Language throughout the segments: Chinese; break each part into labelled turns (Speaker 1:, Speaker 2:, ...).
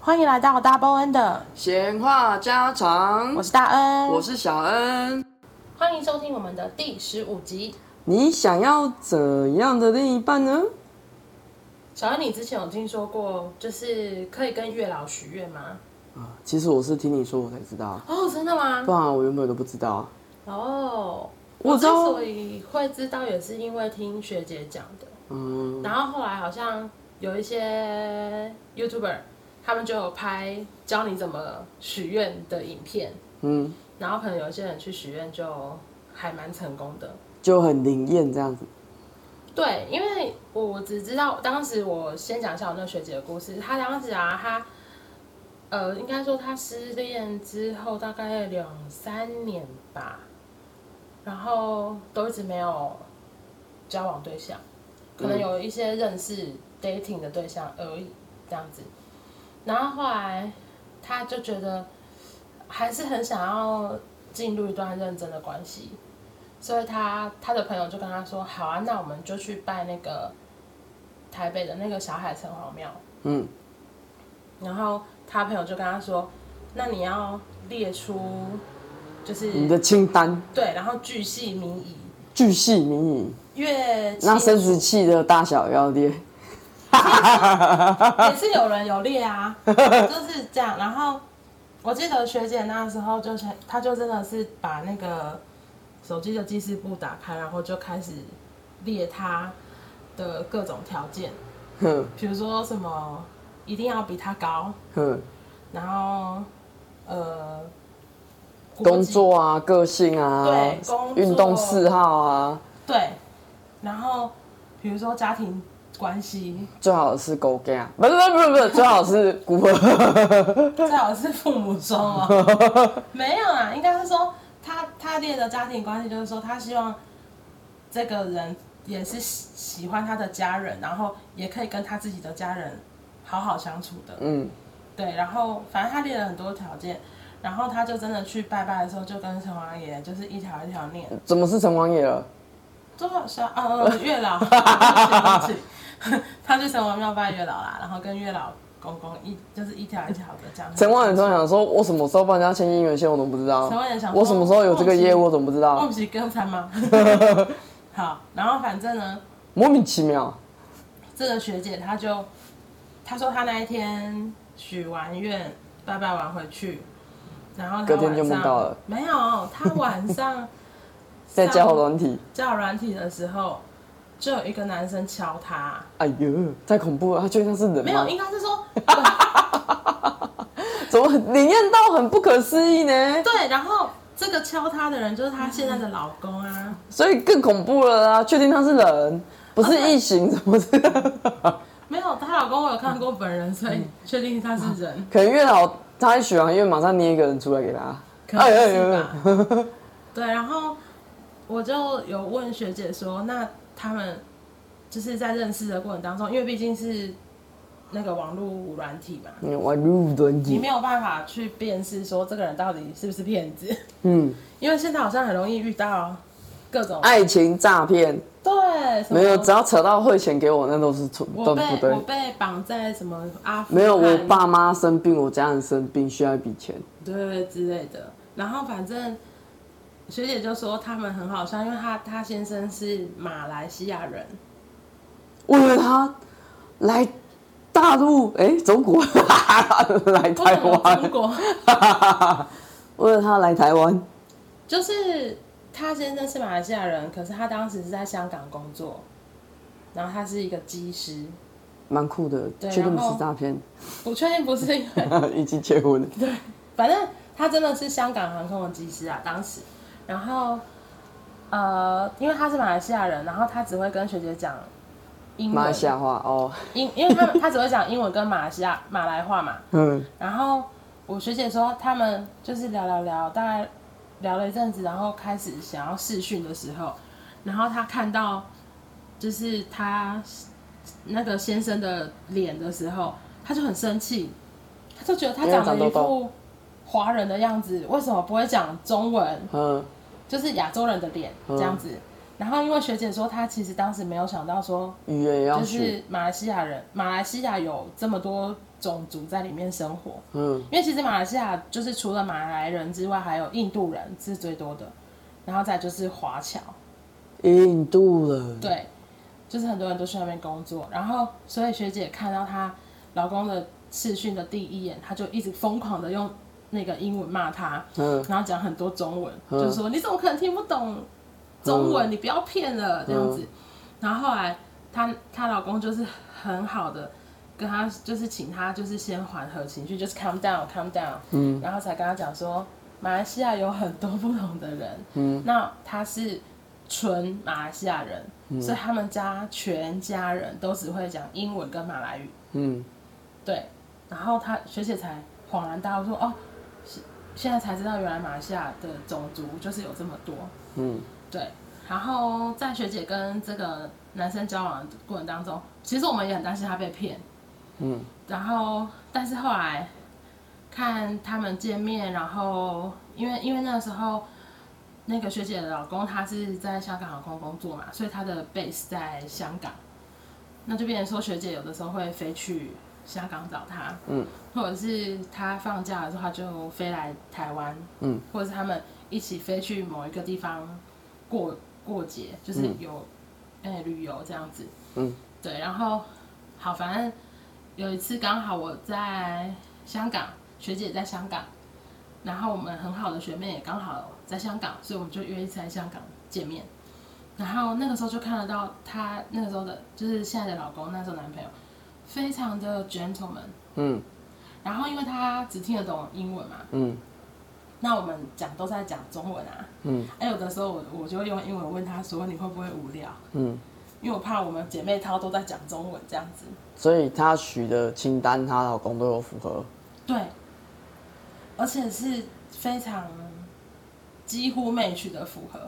Speaker 1: 欢迎来到大波恩的，
Speaker 2: 闲话家常，
Speaker 1: 我是大恩，
Speaker 2: 我是小恩。
Speaker 1: 欢迎收听我们的第十五集。
Speaker 2: 你想要怎样的另一半呢？
Speaker 1: 小恩，你之前有听说过，就是可以跟月老许愿吗？
Speaker 2: 啊，其实我是听你说我才知道，
Speaker 1: 哦，真的
Speaker 2: 不
Speaker 1: 吗？
Speaker 2: 然我原本都不知道。啊
Speaker 1: 哦，
Speaker 2: 我
Speaker 1: 之
Speaker 2: 知道
Speaker 1: 所以会知道，也是因为听学姐讲的。
Speaker 2: 嗯，
Speaker 1: 然后后来好像有一些 YouTuber，他们就有拍教你怎么许愿的影片，
Speaker 2: 嗯，
Speaker 1: 然后可能有一些人去许愿就还蛮成功的。
Speaker 2: 就很灵验这样子。
Speaker 1: 对，因为我我只知道当时我先讲一下我那学姐的故事。她当时啊，她呃，应该说她失恋之后大概两三年吧，然后都一直没有交往对象，可能有一些认识 dating 的对象而已，这样子。然后后来她就觉得还是很想要进入一段认真的关系，所以他他的朋友就跟他说：“好啊，那我们就去拜那个台北的那个小海城隍庙。
Speaker 2: 嗯，”
Speaker 1: 然后他朋友就跟他说：“那你要列出，就是
Speaker 2: 你的清单
Speaker 1: 对，然后巨细靡遗，
Speaker 2: 巨细靡遗，
Speaker 1: 越清
Speaker 2: 那生殖器的大小要列。
Speaker 1: 也是有人有列啊，就是这样。然后我记得学姐那时候就是，她就真的是把那个手机的记事簿打开，然后就开始列她的各种条件。
Speaker 2: 哼
Speaker 1: 比如说什么一定要比他高，
Speaker 2: 哼，
Speaker 1: 然后呃，国籍
Speaker 2: 工作啊，个性啊
Speaker 1: 对工，作
Speaker 2: 运动嗜好啊，
Speaker 1: 对，然后比如说家庭关系，
Speaker 2: 最好是狗 gay 啊，不是不是不是不是，最好是古惑。
Speaker 1: 最好是父母双亡。 没有啦，应该是说他他列的家庭关系，就是说他希望这个人也是喜喜欢他的家人，然后也可以跟他自己的家人好好相处的。
Speaker 2: 嗯，
Speaker 1: 对，然后反正他列了很多条件，然后他就真的去拜拜的时候，就跟城隍爷就是一条一条念，
Speaker 2: 怎么是城隍爷了？
Speaker 1: 多少是啊呃月老， 对不起 对不起他去城隍庙拜月老啦，然后跟月老公公一就是一条一条的这样。
Speaker 2: 陈万人突然想说，我什么时候帮人家签姻缘线，我怎么不知道？
Speaker 1: 陈万人想说
Speaker 2: 我什么时候有这个业务，我怎么不知
Speaker 1: 我
Speaker 2: 道？
Speaker 1: 不是跟餐吗？ 好，然后反正呢，
Speaker 2: 莫名其妙。
Speaker 1: 这个学姐她就她说她那一天许完愿，拜拜完回去，然后她
Speaker 2: 隔天就
Speaker 1: 晚上
Speaker 2: 梦到了。
Speaker 1: 没有，她晚上
Speaker 2: 在
Speaker 1: 上
Speaker 2: 交友软体，
Speaker 1: 叫软体的时候，就有一个男生敲她，
Speaker 2: 哎呦，太恐怖了！他就像是人
Speaker 1: 没有，
Speaker 2: 吗？
Speaker 1: 应该是 说
Speaker 2: 怎么很灵验到很不可思议呢？
Speaker 1: 对，然后这个敲她的人就是她现在的老公啊，
Speaker 2: 所以更恐怖了啊！确定他是人，不是异形，怎么是？
Speaker 1: 没有，她老公我有看过本人，所以确定他是人，
Speaker 2: 可能月老他一许完愿，马上捏一个人出来给他。
Speaker 1: 可能
Speaker 2: 哎
Speaker 1: 是
Speaker 2: 哎
Speaker 1: 吧？
Speaker 2: 哎哎
Speaker 1: 对，然后我就有问学姐说，那他们就是在认识的过程当中，因为毕竟是那个网络软体嘛，
Speaker 2: 嗯，玩路轮
Speaker 1: 你
Speaker 2: 椅，
Speaker 1: 没有办法去辨识说这个人到底是不是骗子，
Speaker 2: 嗯，
Speaker 1: 因为现在好像很容易遇到各种
Speaker 2: 爱情诈骗
Speaker 1: 对什么
Speaker 2: 没有，只要扯到汇钱给我，那都是错，
Speaker 1: 我
Speaker 2: 都
Speaker 1: 被
Speaker 2: 不对
Speaker 1: 我。被绑在什么阿富汗
Speaker 2: 没有，我爸妈生病，我家人生病需要一笔钱。
Speaker 1: 对之类的。然后反正学姐就说他们很好笑，因为她她先生是马来西亚人，
Speaker 2: 我以为他来大陆，哎、中国 来
Speaker 1: 不
Speaker 2: 台
Speaker 1: 能中
Speaker 2: 湾，
Speaker 1: 国。
Speaker 2: 我以 为他来台湾，
Speaker 1: 就是他先生是马来西亚人，可是他当时是在香港工作，然后他是一个技师，
Speaker 2: 蛮酷的，
Speaker 1: 对
Speaker 2: 确定不
Speaker 1: 然后
Speaker 2: 是诈骗，
Speaker 1: 我确定不是因为，
Speaker 2: 已经结婚了。
Speaker 1: 反正他真的是香港航空的技师啊，当时，然后呃，因为他是马来西亚人，然后他只会跟学姐讲英
Speaker 2: 马来
Speaker 1: 文，
Speaker 2: 西亚话哦，
Speaker 1: 英，因为他们他只会讲英文跟马来西亚马来话嘛，
Speaker 2: 嗯，
Speaker 1: 然后我学姐说他们就是聊聊聊，大概聊了一阵子，然后开始想要试训的时候，然后她看到就是她那个先生的脸的时候，她就很生气，她就觉得他长
Speaker 2: 因
Speaker 1: 得
Speaker 2: 为
Speaker 1: 一
Speaker 2: 长痘
Speaker 1: 副华人的样子，为什么不会讲中文？
Speaker 2: 嗯，
Speaker 1: 就是亚洲人的脸这样子。然后因为学姐说她其实当时没有想到说，
Speaker 2: 语言也要
Speaker 1: 就
Speaker 2: 学，
Speaker 1: 是马来西亚人，马来西亚有这么多种族在里面生活，
Speaker 2: 嗯，
Speaker 1: 因为其实马来西亚就是除了马来人之外，还有印度人是最多的，然后再就是华侨，
Speaker 2: 印度人，
Speaker 1: 对，就是很多人都去那边工作，然后所以学姐看到她老公的视讯的第一眼，她就一直疯狂的用那个英文骂他，
Speaker 2: 嗯
Speaker 1: 然后讲很多中文，就是说你怎么可能听不懂中文？你不要骗了这样子。然后后来她她老公就是很好的跟她，就是请她就是先缓和情绪，就是 calm down calm down，嗯，然后才跟她讲说马来西亚有很多不同的人，嗯，那她是纯马来西亚人，所以他们家全家人都只会讲英文跟马来语，
Speaker 2: 嗯，
Speaker 1: 对，然后她学姐才恍然大悟说，哦，现现在才知道原来马来西亚的种族就是有这么多，
Speaker 2: 嗯，
Speaker 1: 对。然后在学姐跟这个男生交往的过程当中，其实我们也很担心他被骗，
Speaker 2: 嗯，
Speaker 1: 然后但是后来看他们见面，然后因为因为那个时候。那个学姐的老公他是在香港航空工作嘛，所以他的 base 在香港，那就变成说学姐有的时候会飞去香港找他，
Speaker 2: 嗯，
Speaker 1: 或者是他放假的时候他就飞来台湾，
Speaker 2: 嗯，
Speaker 1: 或者是他们一起飞去某一个地方过过节，就是有哎、旅游这样子，
Speaker 2: 嗯，
Speaker 1: 对，然后好，反正有一次刚好我在香港，学姐也在香港，然后我们很好的学妹也刚好在香港，所以我们就约一次在香港见面。然后那个时候就看得到她那个时候的，就是现在的老公，那时候男朋友，非常的 gentleman。
Speaker 2: 嗯
Speaker 1: 然后因为他只听得懂英文嘛，
Speaker 2: 嗯
Speaker 1: 那我们讲都在讲中文啊。
Speaker 2: 嗯
Speaker 1: 哎，有的时候我我就会用英文问他说：“你会不会无聊
Speaker 2: 嗯，？”
Speaker 1: 因为我怕我们姐妹淘都在讲中文这样子。
Speaker 2: 所以她许的清单，她老公都有符合，
Speaker 1: 对，而且是非常几乎 match 的符合，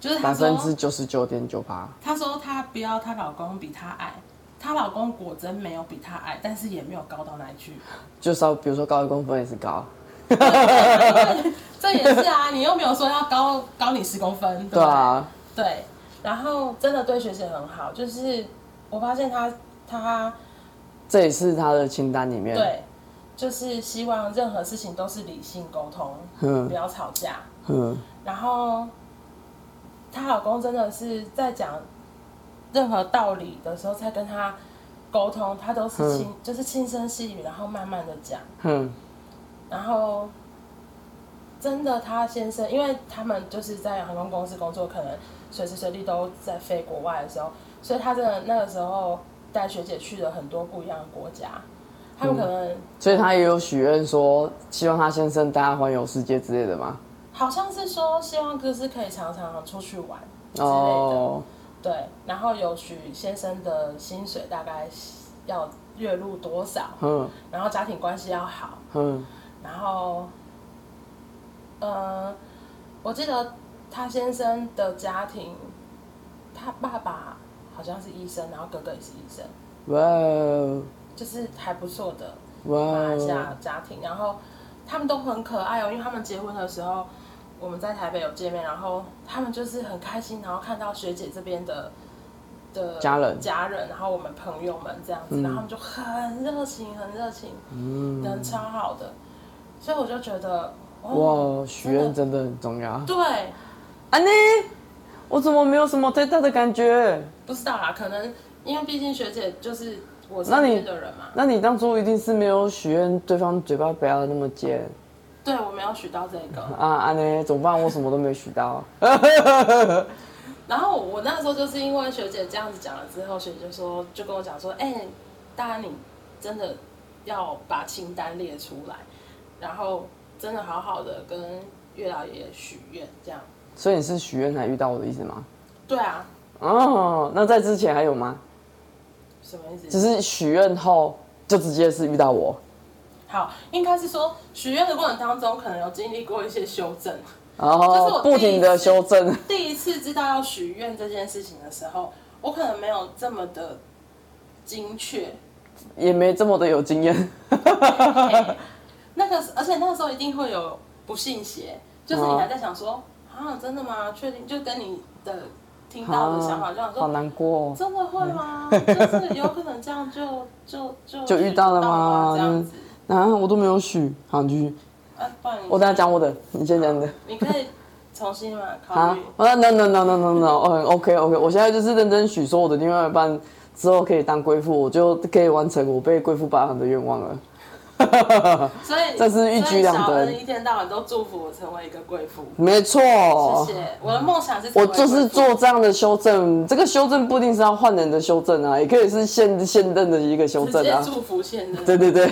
Speaker 1: 就是她
Speaker 2: 百分之
Speaker 1: 说
Speaker 2: 九十九点九八，
Speaker 1: 她说她不要她老公比她矮，她老公果真没有比她矮，但是也没有高到哪里去。
Speaker 2: 就稍比如说高一公分也是高，
Speaker 1: 这也是啊，你又没有说要高高你十公分，对不
Speaker 2: 对
Speaker 1: 对
Speaker 2: 啊，
Speaker 1: 对，然后真的对学姐很好，就是我发现她她
Speaker 2: 这也是她的清单里面，，
Speaker 1: 对，就是希望任何事情都是理性沟通，
Speaker 2: 嗯
Speaker 1: 不要吵架。
Speaker 2: 嗯
Speaker 1: 然后她老公真的是在讲任何道理的时候，在跟她沟通，她都是轻、就是轻声细语，然后慢慢的讲。
Speaker 2: 嗯
Speaker 1: 然后真的，她先生，因为他们就是在航空公司工作，可能随时随地都在飞国外的时候，所以她真的那个时候带学姐去了很多不一样的国家，他们可能、
Speaker 2: 所以她也有许愿说，希望她先生带她环游世界之类的嘛，
Speaker 1: 好像是说希望就是可以常常出去玩之类的，
Speaker 2: 哦，
Speaker 1: 对，然后有许先生的薪水大概要月入多少，
Speaker 2: 嗯
Speaker 1: 然后家庭关系要好，
Speaker 2: 嗯
Speaker 1: 然后，呃，我记得他先生的家庭，他爸爸好像是医生，然后哥哥也是医生，
Speaker 2: 哇哦
Speaker 1: 就是还不错的
Speaker 2: 哇
Speaker 1: 马来西
Speaker 2: 哦，
Speaker 1: 亚家庭。然后他们都很可爱哦，因为他们结婚的时候，我们在台北有见面，然后他们就是很开心，然后看到学姐这边的。的
Speaker 2: 家人嗯
Speaker 1: 家人，然后我们朋友们这样子，然后他们就很热情，很热情，嗯，人超好的，所以我就觉得，哦，
Speaker 2: 哇，许愿真的很重要。
Speaker 1: 对，
Speaker 2: 安妮，我怎么没有什么太大的感觉？
Speaker 1: 不知道啦，可能因为毕竟学姐就是我
Speaker 2: 那
Speaker 1: 身
Speaker 2: 你
Speaker 1: 边的人嘛，
Speaker 2: 那你当初一定是没有许愿对方嘴巴不要那么尖
Speaker 1: 对我没有许到这个。
Speaker 2: 啊，安妮，怎么办？我什么都没许到。
Speaker 1: 然后我那时候就是因为学姐这样子讲了之后，学姐就说就跟我讲说，哎、大安你真的要把清单列出来，然后真的好好的跟月老爷爷许愿这样。
Speaker 2: 所以你是许愿才遇到我的意思吗？
Speaker 1: 对啊，
Speaker 2: 哦，那在之前还有吗？
Speaker 1: 什么意思？
Speaker 2: 只是许愿后就直接是遇到我
Speaker 1: 好，应该是说许愿的过程当中，可能有经历过一些修正。
Speaker 2: 然
Speaker 1: 这是
Speaker 2: 后
Speaker 1: 我
Speaker 2: 不停的修正。
Speaker 1: 第一次知道要许愿这件事情的时候，我可能没有这么的精确。
Speaker 2: 也没这么的有经验，
Speaker 1: 嘿哎那个，而且那时候一定会
Speaker 2: 哦
Speaker 1: 有不信邪，就是你还在想说、啊，真的吗？确定？就跟你的听到
Speaker 2: 啊
Speaker 1: 的想法，就想
Speaker 2: 好
Speaker 1: 说，
Speaker 2: 难过、哦。
Speaker 1: 真的会吗？就是有可能这样就就就
Speaker 2: 就遇到了吗
Speaker 1: 吗？这样子，
Speaker 2: 啊，我都没有许。好，你继续。
Speaker 1: 啊，不然你
Speaker 2: 我等下讲我的，你先讲你的。
Speaker 1: 你可以重新 嘛考
Speaker 2: 啊
Speaker 1: 虑。
Speaker 2: 啊，no no no no no no，哦，OK OK，我现在就是认真许说我的另外一半之后可以当贵妇，我就可以完成我被贵妇爸爸的愿望了。
Speaker 1: 所以
Speaker 2: 这是一举两得
Speaker 1: 所以小恩一天到晚都祝福我成为一个贵妇，
Speaker 2: 没错，
Speaker 1: 谢谢。我的梦想是成为
Speaker 2: 哦我
Speaker 1: 一个贵
Speaker 2: 就
Speaker 1: 妇
Speaker 2: 是做这样的修正，这个修正不一定是要换人的修正啊，也可以是现现任的一个修
Speaker 1: 直
Speaker 2: 正
Speaker 1: 接
Speaker 2: 啊。
Speaker 1: 祝福现任。
Speaker 2: 对对对，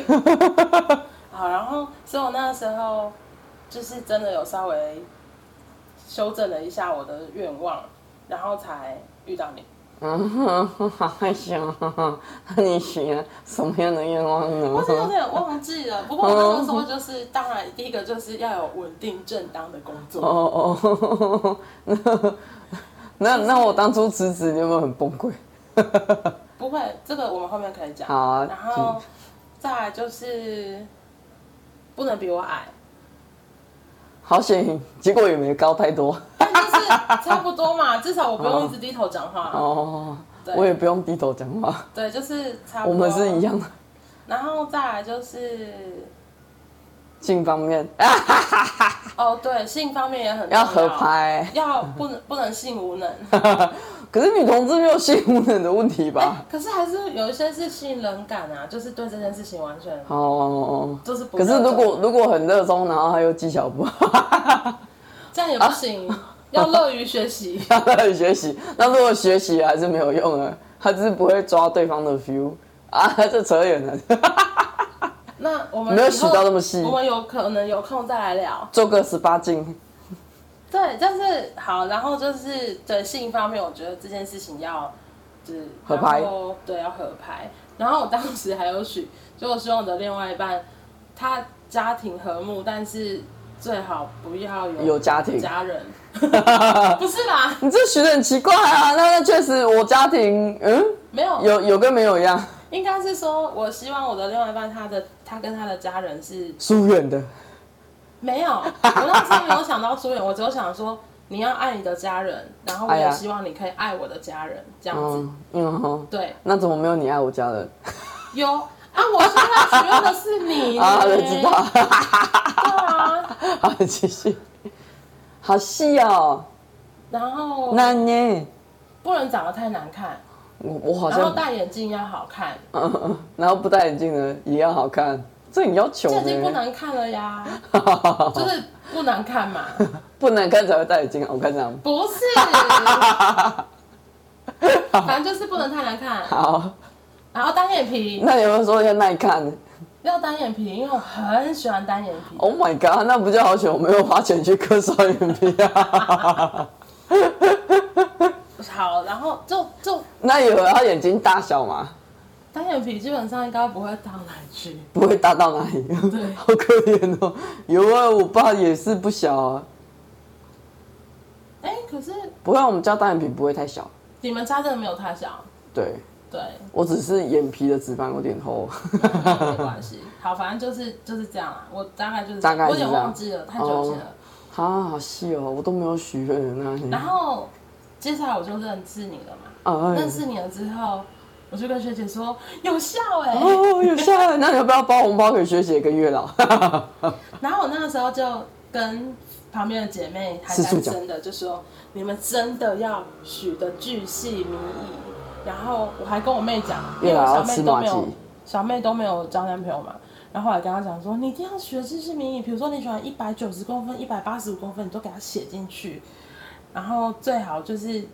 Speaker 1: 好，然后所以我那时候就是真的有稍微修正了一下我的愿望，然后才遇到你。
Speaker 2: 嗯哼，好害羞哦。那你许了什么样的愿望
Speaker 1: 我是有
Speaker 2: 呢？
Speaker 1: 点忘记了，不过我那个时候就是，当然第一个就是要有稳定正当的工作。
Speaker 2: 哦哦， 那那那我当初辞职，你有没有很崩溃？
Speaker 1: 不会，这个我们后面可以讲。
Speaker 2: 好啊
Speaker 1: 然后再来就是不能比我矮，
Speaker 2: 好险，结果也没高太多。
Speaker 1: 但就是差不多嘛，至少我不用一直低头讲话。
Speaker 2: 哦，
Speaker 1: 对
Speaker 2: 我也不用低头讲话，
Speaker 1: 对，就是差不
Speaker 2: 我
Speaker 1: 多。
Speaker 2: 们是一。样的
Speaker 1: 然后再来就是，
Speaker 2: 性方面啊，
Speaker 1: 哦，对，性方面也很重
Speaker 2: 要合，拍。
Speaker 1: 要不能不能性无 能。啊
Speaker 2: 可是女同志没有性无能的问题吧？
Speaker 1: 哎可是还是有一些是性冷感啊，就是对这件事情完全
Speaker 2: 哦，
Speaker 1: 就是不
Speaker 2: 可
Speaker 1: 热衷。
Speaker 2: 是如果如果很热衷，然后他又技巧不好，
Speaker 1: 这样也不行，
Speaker 2: 啊
Speaker 1: 要乐于学 习。
Speaker 2: 他很学习，那如果学习还是没有用的，他只是不会抓对方的 feel 啊，这扯远了，
Speaker 1: 那我们
Speaker 2: 没有
Speaker 1: 以后
Speaker 2: 许到那么细
Speaker 1: 我们有可能有空再来聊。
Speaker 2: 做个十八禁。
Speaker 1: 对，但是好，然后就是对性方面，我觉得这件事情要就是
Speaker 2: 合拍
Speaker 1: 然后对，要合拍。然后我当时还有许，就我希望我的另外一半，他家庭和睦，但是最好不要有
Speaker 2: 有家庭
Speaker 1: 家人，不是啦，
Speaker 2: 你这许的很奇怪啊，那那确实我家庭嗯
Speaker 1: 没有，
Speaker 2: 有有跟没有一样
Speaker 1: 应该是说我希望我的另外一半，他的他跟他的家人是
Speaker 2: 疏远的。
Speaker 1: 没有，我那时候没有想到疏远，我只有想说你要爱你的家人，然后我
Speaker 2: 哎
Speaker 1: 也
Speaker 2: 呀
Speaker 1: 希望你可以爱我的家人，这样子，
Speaker 2: 嗯嗯哼，
Speaker 1: 对。
Speaker 2: 那怎么没有你爱我家人？
Speaker 1: 有啊，我现在许愿的是你
Speaker 2: 啊，我知道。
Speaker 1: 对啊，
Speaker 2: 好，继续。好细哦，
Speaker 1: 然后
Speaker 2: 那呢？
Speaker 1: 不能长得太难看，
Speaker 2: 我我好
Speaker 1: 然后
Speaker 2: 像，
Speaker 1: 戴眼镜要好看，
Speaker 2: 嗯嗯， 然后不戴眼镜呢也要好看，这你要求
Speaker 1: 这
Speaker 2: 呢
Speaker 1: 已经不难看了呀，
Speaker 2: 不
Speaker 1: 就是不难看嘛，
Speaker 2: 难看才会戴眼镜，我看这样。
Speaker 1: 不 是，反正就是不能太难看，
Speaker 2: 好，
Speaker 1: 然后单眼皮
Speaker 2: 那有没有说要耐看
Speaker 1: 要单眼皮，因为我很喜欢单眼皮，
Speaker 2: ？Oh my god，那不就好久没有花钱去割双眼皮啊？
Speaker 1: 好，然后就就
Speaker 2: 那有要眼睛大小吗？
Speaker 1: 单眼皮基本上应该不会到哪里去，
Speaker 2: 不会大到哪里？
Speaker 1: 对
Speaker 2: 好可怜哦。有啊，我爸也是不小啊。
Speaker 1: 哎，可是
Speaker 2: 不会啊，我们家单眼皮不会太小。
Speaker 1: 你们家真的没有太小，
Speaker 2: 对，
Speaker 1: 对。
Speaker 2: 我只是眼皮的脂肪有点厚。
Speaker 1: 没关系，好，反正就是就是这样啦。我大概就是这样，
Speaker 2: 大概
Speaker 1: 我
Speaker 2: 是
Speaker 1: 有点
Speaker 2: 这样
Speaker 1: 忘记了，太久以前了。
Speaker 2: 啊，好细哦，我都没有许愿的那你
Speaker 1: 然后接下来我就认识你了嘛，
Speaker 2: 啊，
Speaker 1: 认识你了之后，我就跟学姐说有效哎、
Speaker 2: 哦，有下来，那你要不要包红包给学姐跟月老？
Speaker 1: 然后我那个时候就跟旁边的姐妹还
Speaker 2: 四处
Speaker 1: 单
Speaker 2: 讲
Speaker 1: 身的就说，你们真的要许的巨细靡遗。然后我还跟我妹讲，因
Speaker 2: 月
Speaker 1: 为我
Speaker 2: 老
Speaker 1: 小
Speaker 2: 要
Speaker 1: 妹
Speaker 2: 吃
Speaker 1: 都
Speaker 2: 马
Speaker 1: 没有
Speaker 2: 吉，
Speaker 1: 小妹都没有交男朋友嘛，然后我还跟她讲说，你一定要学知识名义，比如说你喜欢一百九十公分、一百八十五公分，你都给它写进去，然后最好就是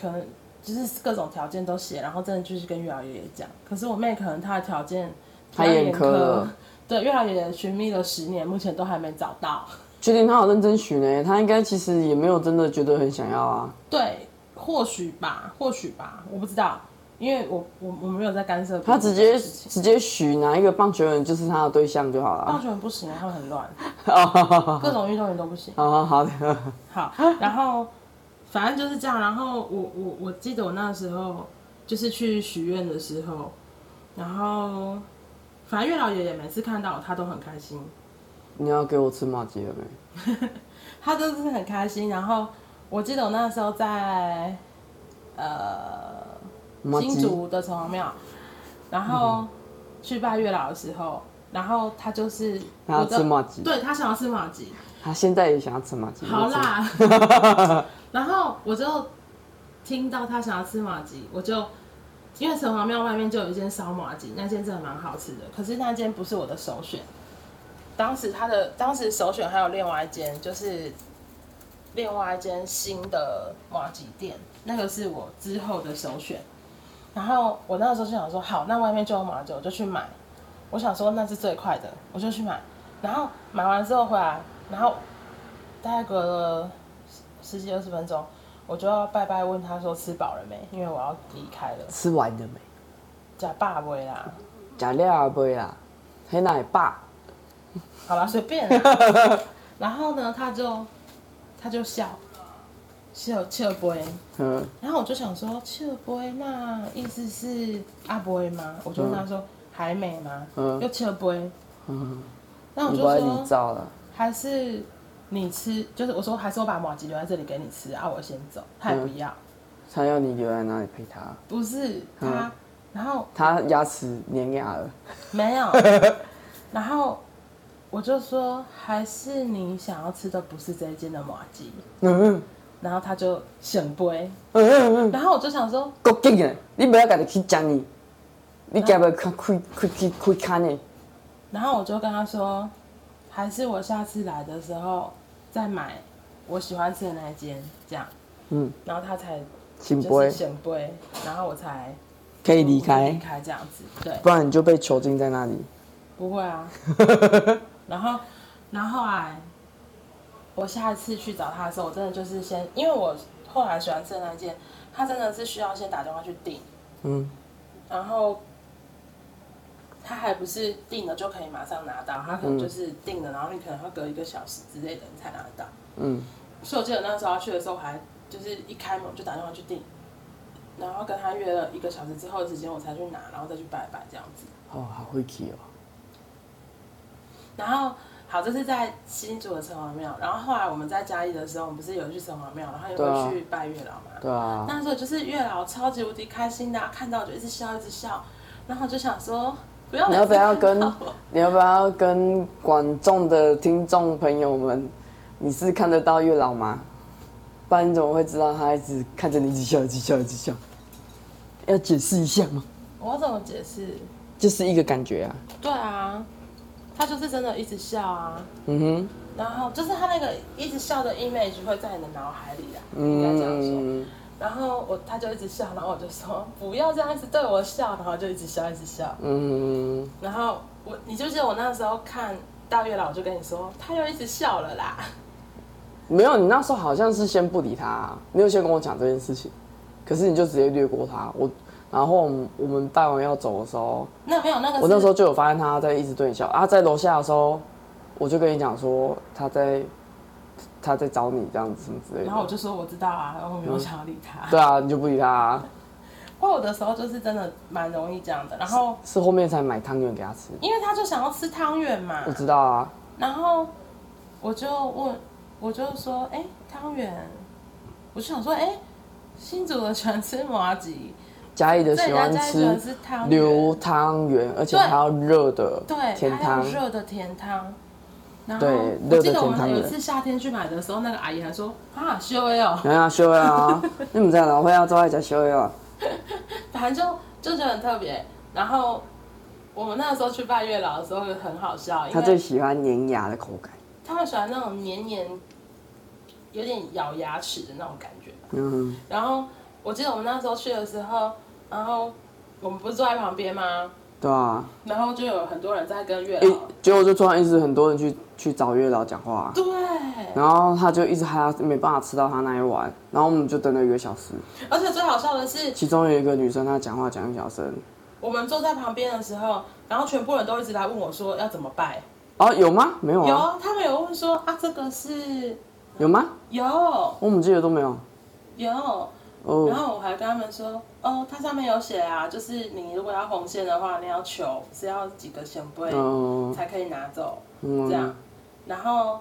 Speaker 1: 可能就是各种条件都写，然后真的就是跟月老爷爷讲。可是我妹可能她的条件
Speaker 2: 太严苛了，
Speaker 1: 对，月老爷爷寻觅了十年，目前都还没找到。
Speaker 2: 确定他有认真许呢？他应该其实也没有真的觉得很想要啊。
Speaker 1: 对，或许吧，或许吧，我不知道，因为我我我没有在干涉别
Speaker 2: 他
Speaker 1: 人的
Speaker 2: 直接
Speaker 1: 事情
Speaker 2: 直接许哪一个棒球员就是他的对象就好
Speaker 1: 棒
Speaker 2: 了。
Speaker 1: 球员不行，啊他们很乱，
Speaker 2: 哦，
Speaker 1: 各种运动员都不行。
Speaker 2: 好好的，
Speaker 1: 好，然
Speaker 2: 啊
Speaker 1: 后反正就是这样。然后我我我记得我那时候就是去许愿的时候，然后反正月老爷爷每次看到我，他都很开心，
Speaker 2: 你要给我吃马吉了没？
Speaker 1: 他都是很开心。然后我我记得我那时候在呃
Speaker 2: 妈
Speaker 1: 新
Speaker 2: 鸡
Speaker 1: 竹的城隍庙，然后去拜月老的时候，然后他就是
Speaker 2: 嗯他要
Speaker 1: 我的
Speaker 2: 吃麻吉
Speaker 1: 对他想要吃马吉，
Speaker 2: 他现在也想要吃麻吉，
Speaker 1: 好啦，然后我就听到他想要吃马吉，我就因为城隍庙外面就有一间烧马吉，那间真的蛮好吃的，可是那间不是我的首选。当时他的当时首选还有另外一间，就是另外一间新的马吉店，那个是我之后的首选。然后我那个时候就想说，好，那外面就有马吉，我就去买。我想说那是最快的，我就去买。然后买完之后回来，然后大概隔了十几二十分钟，我就要拜拜问他说吃饱了没，因为我要离开了。
Speaker 2: 吃完了没？
Speaker 1: 假爸喂啦，
Speaker 2: 假料不会啦，黑奶爸，
Speaker 1: 好啦，随便啦。然后呢，他就他就笑，笑笑杯。
Speaker 2: 嗯，
Speaker 1: 然后我就想说笑杯，那意思是阿杯吗？我就问他说、还没吗？
Speaker 2: 嗯
Speaker 1: 又笑杯。
Speaker 2: 嗯
Speaker 1: 那我
Speaker 2: 你
Speaker 1: 就
Speaker 2: 不爱
Speaker 1: 说
Speaker 2: 你照了，
Speaker 1: 还是你吃，就是我说还是我把马吉留在这里给你吃啊，我先走，他也不要，
Speaker 2: 嗯他要你留在那里陪他，
Speaker 1: 不是
Speaker 2: 嗯
Speaker 1: 他，然后
Speaker 2: 他牙齿粘牙了，
Speaker 1: 没 有，然后我就说还是你想要吃的不是这一间的马吉，
Speaker 2: 嗯
Speaker 1: 然后他就选杯，
Speaker 2: 嗯嗯嗯，
Speaker 1: 然后我就想说，
Speaker 2: 够劲的，你不要家己去讲你，你家不开开开开开看呢，
Speaker 1: 然后我就跟他说，还是我下次来的时候再买我喜欢吃的那一间，这样，
Speaker 2: 嗯，
Speaker 1: 然后他才
Speaker 2: 请不
Speaker 1: 就是
Speaker 2: 会
Speaker 1: 选杯，然后我才
Speaker 2: 可以离
Speaker 1: 离
Speaker 2: 开，
Speaker 1: 开这样子，对。
Speaker 2: 不然你就被囚禁在那里。
Speaker 1: 不会啊。然后，然后后来我下一次去找他的时候，我真的就是先，因为我后来喜欢吃的那件，他真的是需要先打电话去订，
Speaker 2: 嗯，
Speaker 1: 然后他还不是订了就可以马上拿到，他可能就是订了，然后你可能会隔一个小时之类的你才拿得到。
Speaker 2: 嗯，
Speaker 1: 所以我记得那时候要去的时候，我还就是一开门我就打电话去订。然后跟他约了一个小时之后的时间，我才去拿，然后再去拜拜这样子。
Speaker 2: 哦，好晦气哦。
Speaker 1: 然后好，这是在新竹的城隍庙。然后后来我们在嘉义的时候，我们不是有去城隍庙，然后也
Speaker 2: 对啊
Speaker 1: 会去拜月老嘛。
Speaker 2: 对啊，
Speaker 1: 那时候就是月老超级无敌开心的啊、看到我就一直笑一直笑，然后我就想说，不要
Speaker 2: 你要不要跟
Speaker 1: 每次看到我
Speaker 2: 你要不要跟观众的听众朋友们，你是看得到月老吗？不然你怎么会知道他一直看着你一直笑，一直笑，一直笑？要解释一下吗？
Speaker 1: 我要怎么解释？
Speaker 2: 就是一个感觉啊。
Speaker 1: 对啊，他就是真的一直笑啊，
Speaker 2: 嗯哼，
Speaker 1: 然后就是他那个一直笑的 image 会在你的脑海里啊，应该这样说。
Speaker 2: 嗯，
Speaker 1: 然后我他就一直笑，然后我就说不要这样一直对我笑，然后就一直笑一直笑。
Speaker 2: 嗯，
Speaker 1: 然后我，你就记得我那时候看大月老，我就跟你说，他又一直笑了啦。
Speaker 2: 没有，你那时候好像是先不理他、你有先跟我讲这件事情，可是你就直接略过他。我，然后我们我们拜完要走的时候，
Speaker 1: 那没有那个是，
Speaker 2: 我那时候就有发现他在一直对你笑啊，在楼下的时候，我就跟你讲说他在他在找你这样子什么之类
Speaker 1: 然后我
Speaker 2: 的。
Speaker 1: 就说我知道啊，然后我没有想要理他。
Speaker 2: 对啊，你就不理他、啊，
Speaker 1: 会有的时候就是真的蛮容易这样的。然后
Speaker 2: 是后面才买汤圆给他吃。
Speaker 1: 因为他就想要吃汤圆嘛
Speaker 2: 我，知道啊，
Speaker 1: 然后我就问，我就说，哎、汤圆，我就想说，哎、新竹的喜欢吃麻吉，
Speaker 2: 嘉义的
Speaker 1: 在
Speaker 2: 喜
Speaker 1: 人
Speaker 2: 欢
Speaker 1: 家家喜欢
Speaker 2: 吃
Speaker 1: 吃汤
Speaker 2: 牛
Speaker 1: 圆，
Speaker 2: 汤圆，而且
Speaker 1: 对
Speaker 2: 还要热的
Speaker 1: 对，
Speaker 2: 甜
Speaker 1: 还有
Speaker 2: 汤。
Speaker 1: 热的甜汤。然后
Speaker 2: 对
Speaker 1: 我
Speaker 2: 热的
Speaker 1: 记得我
Speaker 2: 甜汤
Speaker 1: 们有一
Speaker 2: 圆
Speaker 1: 次夏天去买的时候，那个阿姨还说啊，修威哦，
Speaker 2: 哎呀，修啊，你们在老会要做爱家修啊？
Speaker 1: 反正就就觉得很特别。然后我们那时候去拜月老的时候很好笑，因
Speaker 2: 他最
Speaker 1: 为
Speaker 2: 喜欢粘牙的口感。
Speaker 1: 他们喜欢那种黏黏、有点咬牙齿的那种感觉吧。
Speaker 2: 嗯，
Speaker 1: 然后我记得我们那时候去的时候，然后我们不是坐在旁边吗？
Speaker 2: 对啊，
Speaker 1: 然后就有很多人在跟月
Speaker 2: 一
Speaker 1: 老，
Speaker 2: 结果就突然一直很多人去去找月老讲话啊、
Speaker 1: 对，
Speaker 2: 然后他就一直还没办法吃到他那一碗，然后我们就等了一个小时。
Speaker 1: 而且最好笑的是，
Speaker 2: 其中有一个女生，她讲话讲很小声。
Speaker 1: 我们坐在旁边的时候，然后全部人都一直来问我说要怎么拜。
Speaker 2: 哦，有吗？没有啊，
Speaker 1: 有，他们有问说啊，这个是
Speaker 2: 有吗？
Speaker 1: 有
Speaker 2: 我们记得都没有。
Speaker 1: 有，然
Speaker 2: 哦，
Speaker 1: 后我还跟他们说，哦，它上面有写啊，就是你如果要红线的话，你要求是要几个显杯
Speaker 2: 嗯，
Speaker 1: 才可以拿走，
Speaker 2: 嗯
Speaker 1: 这样。然后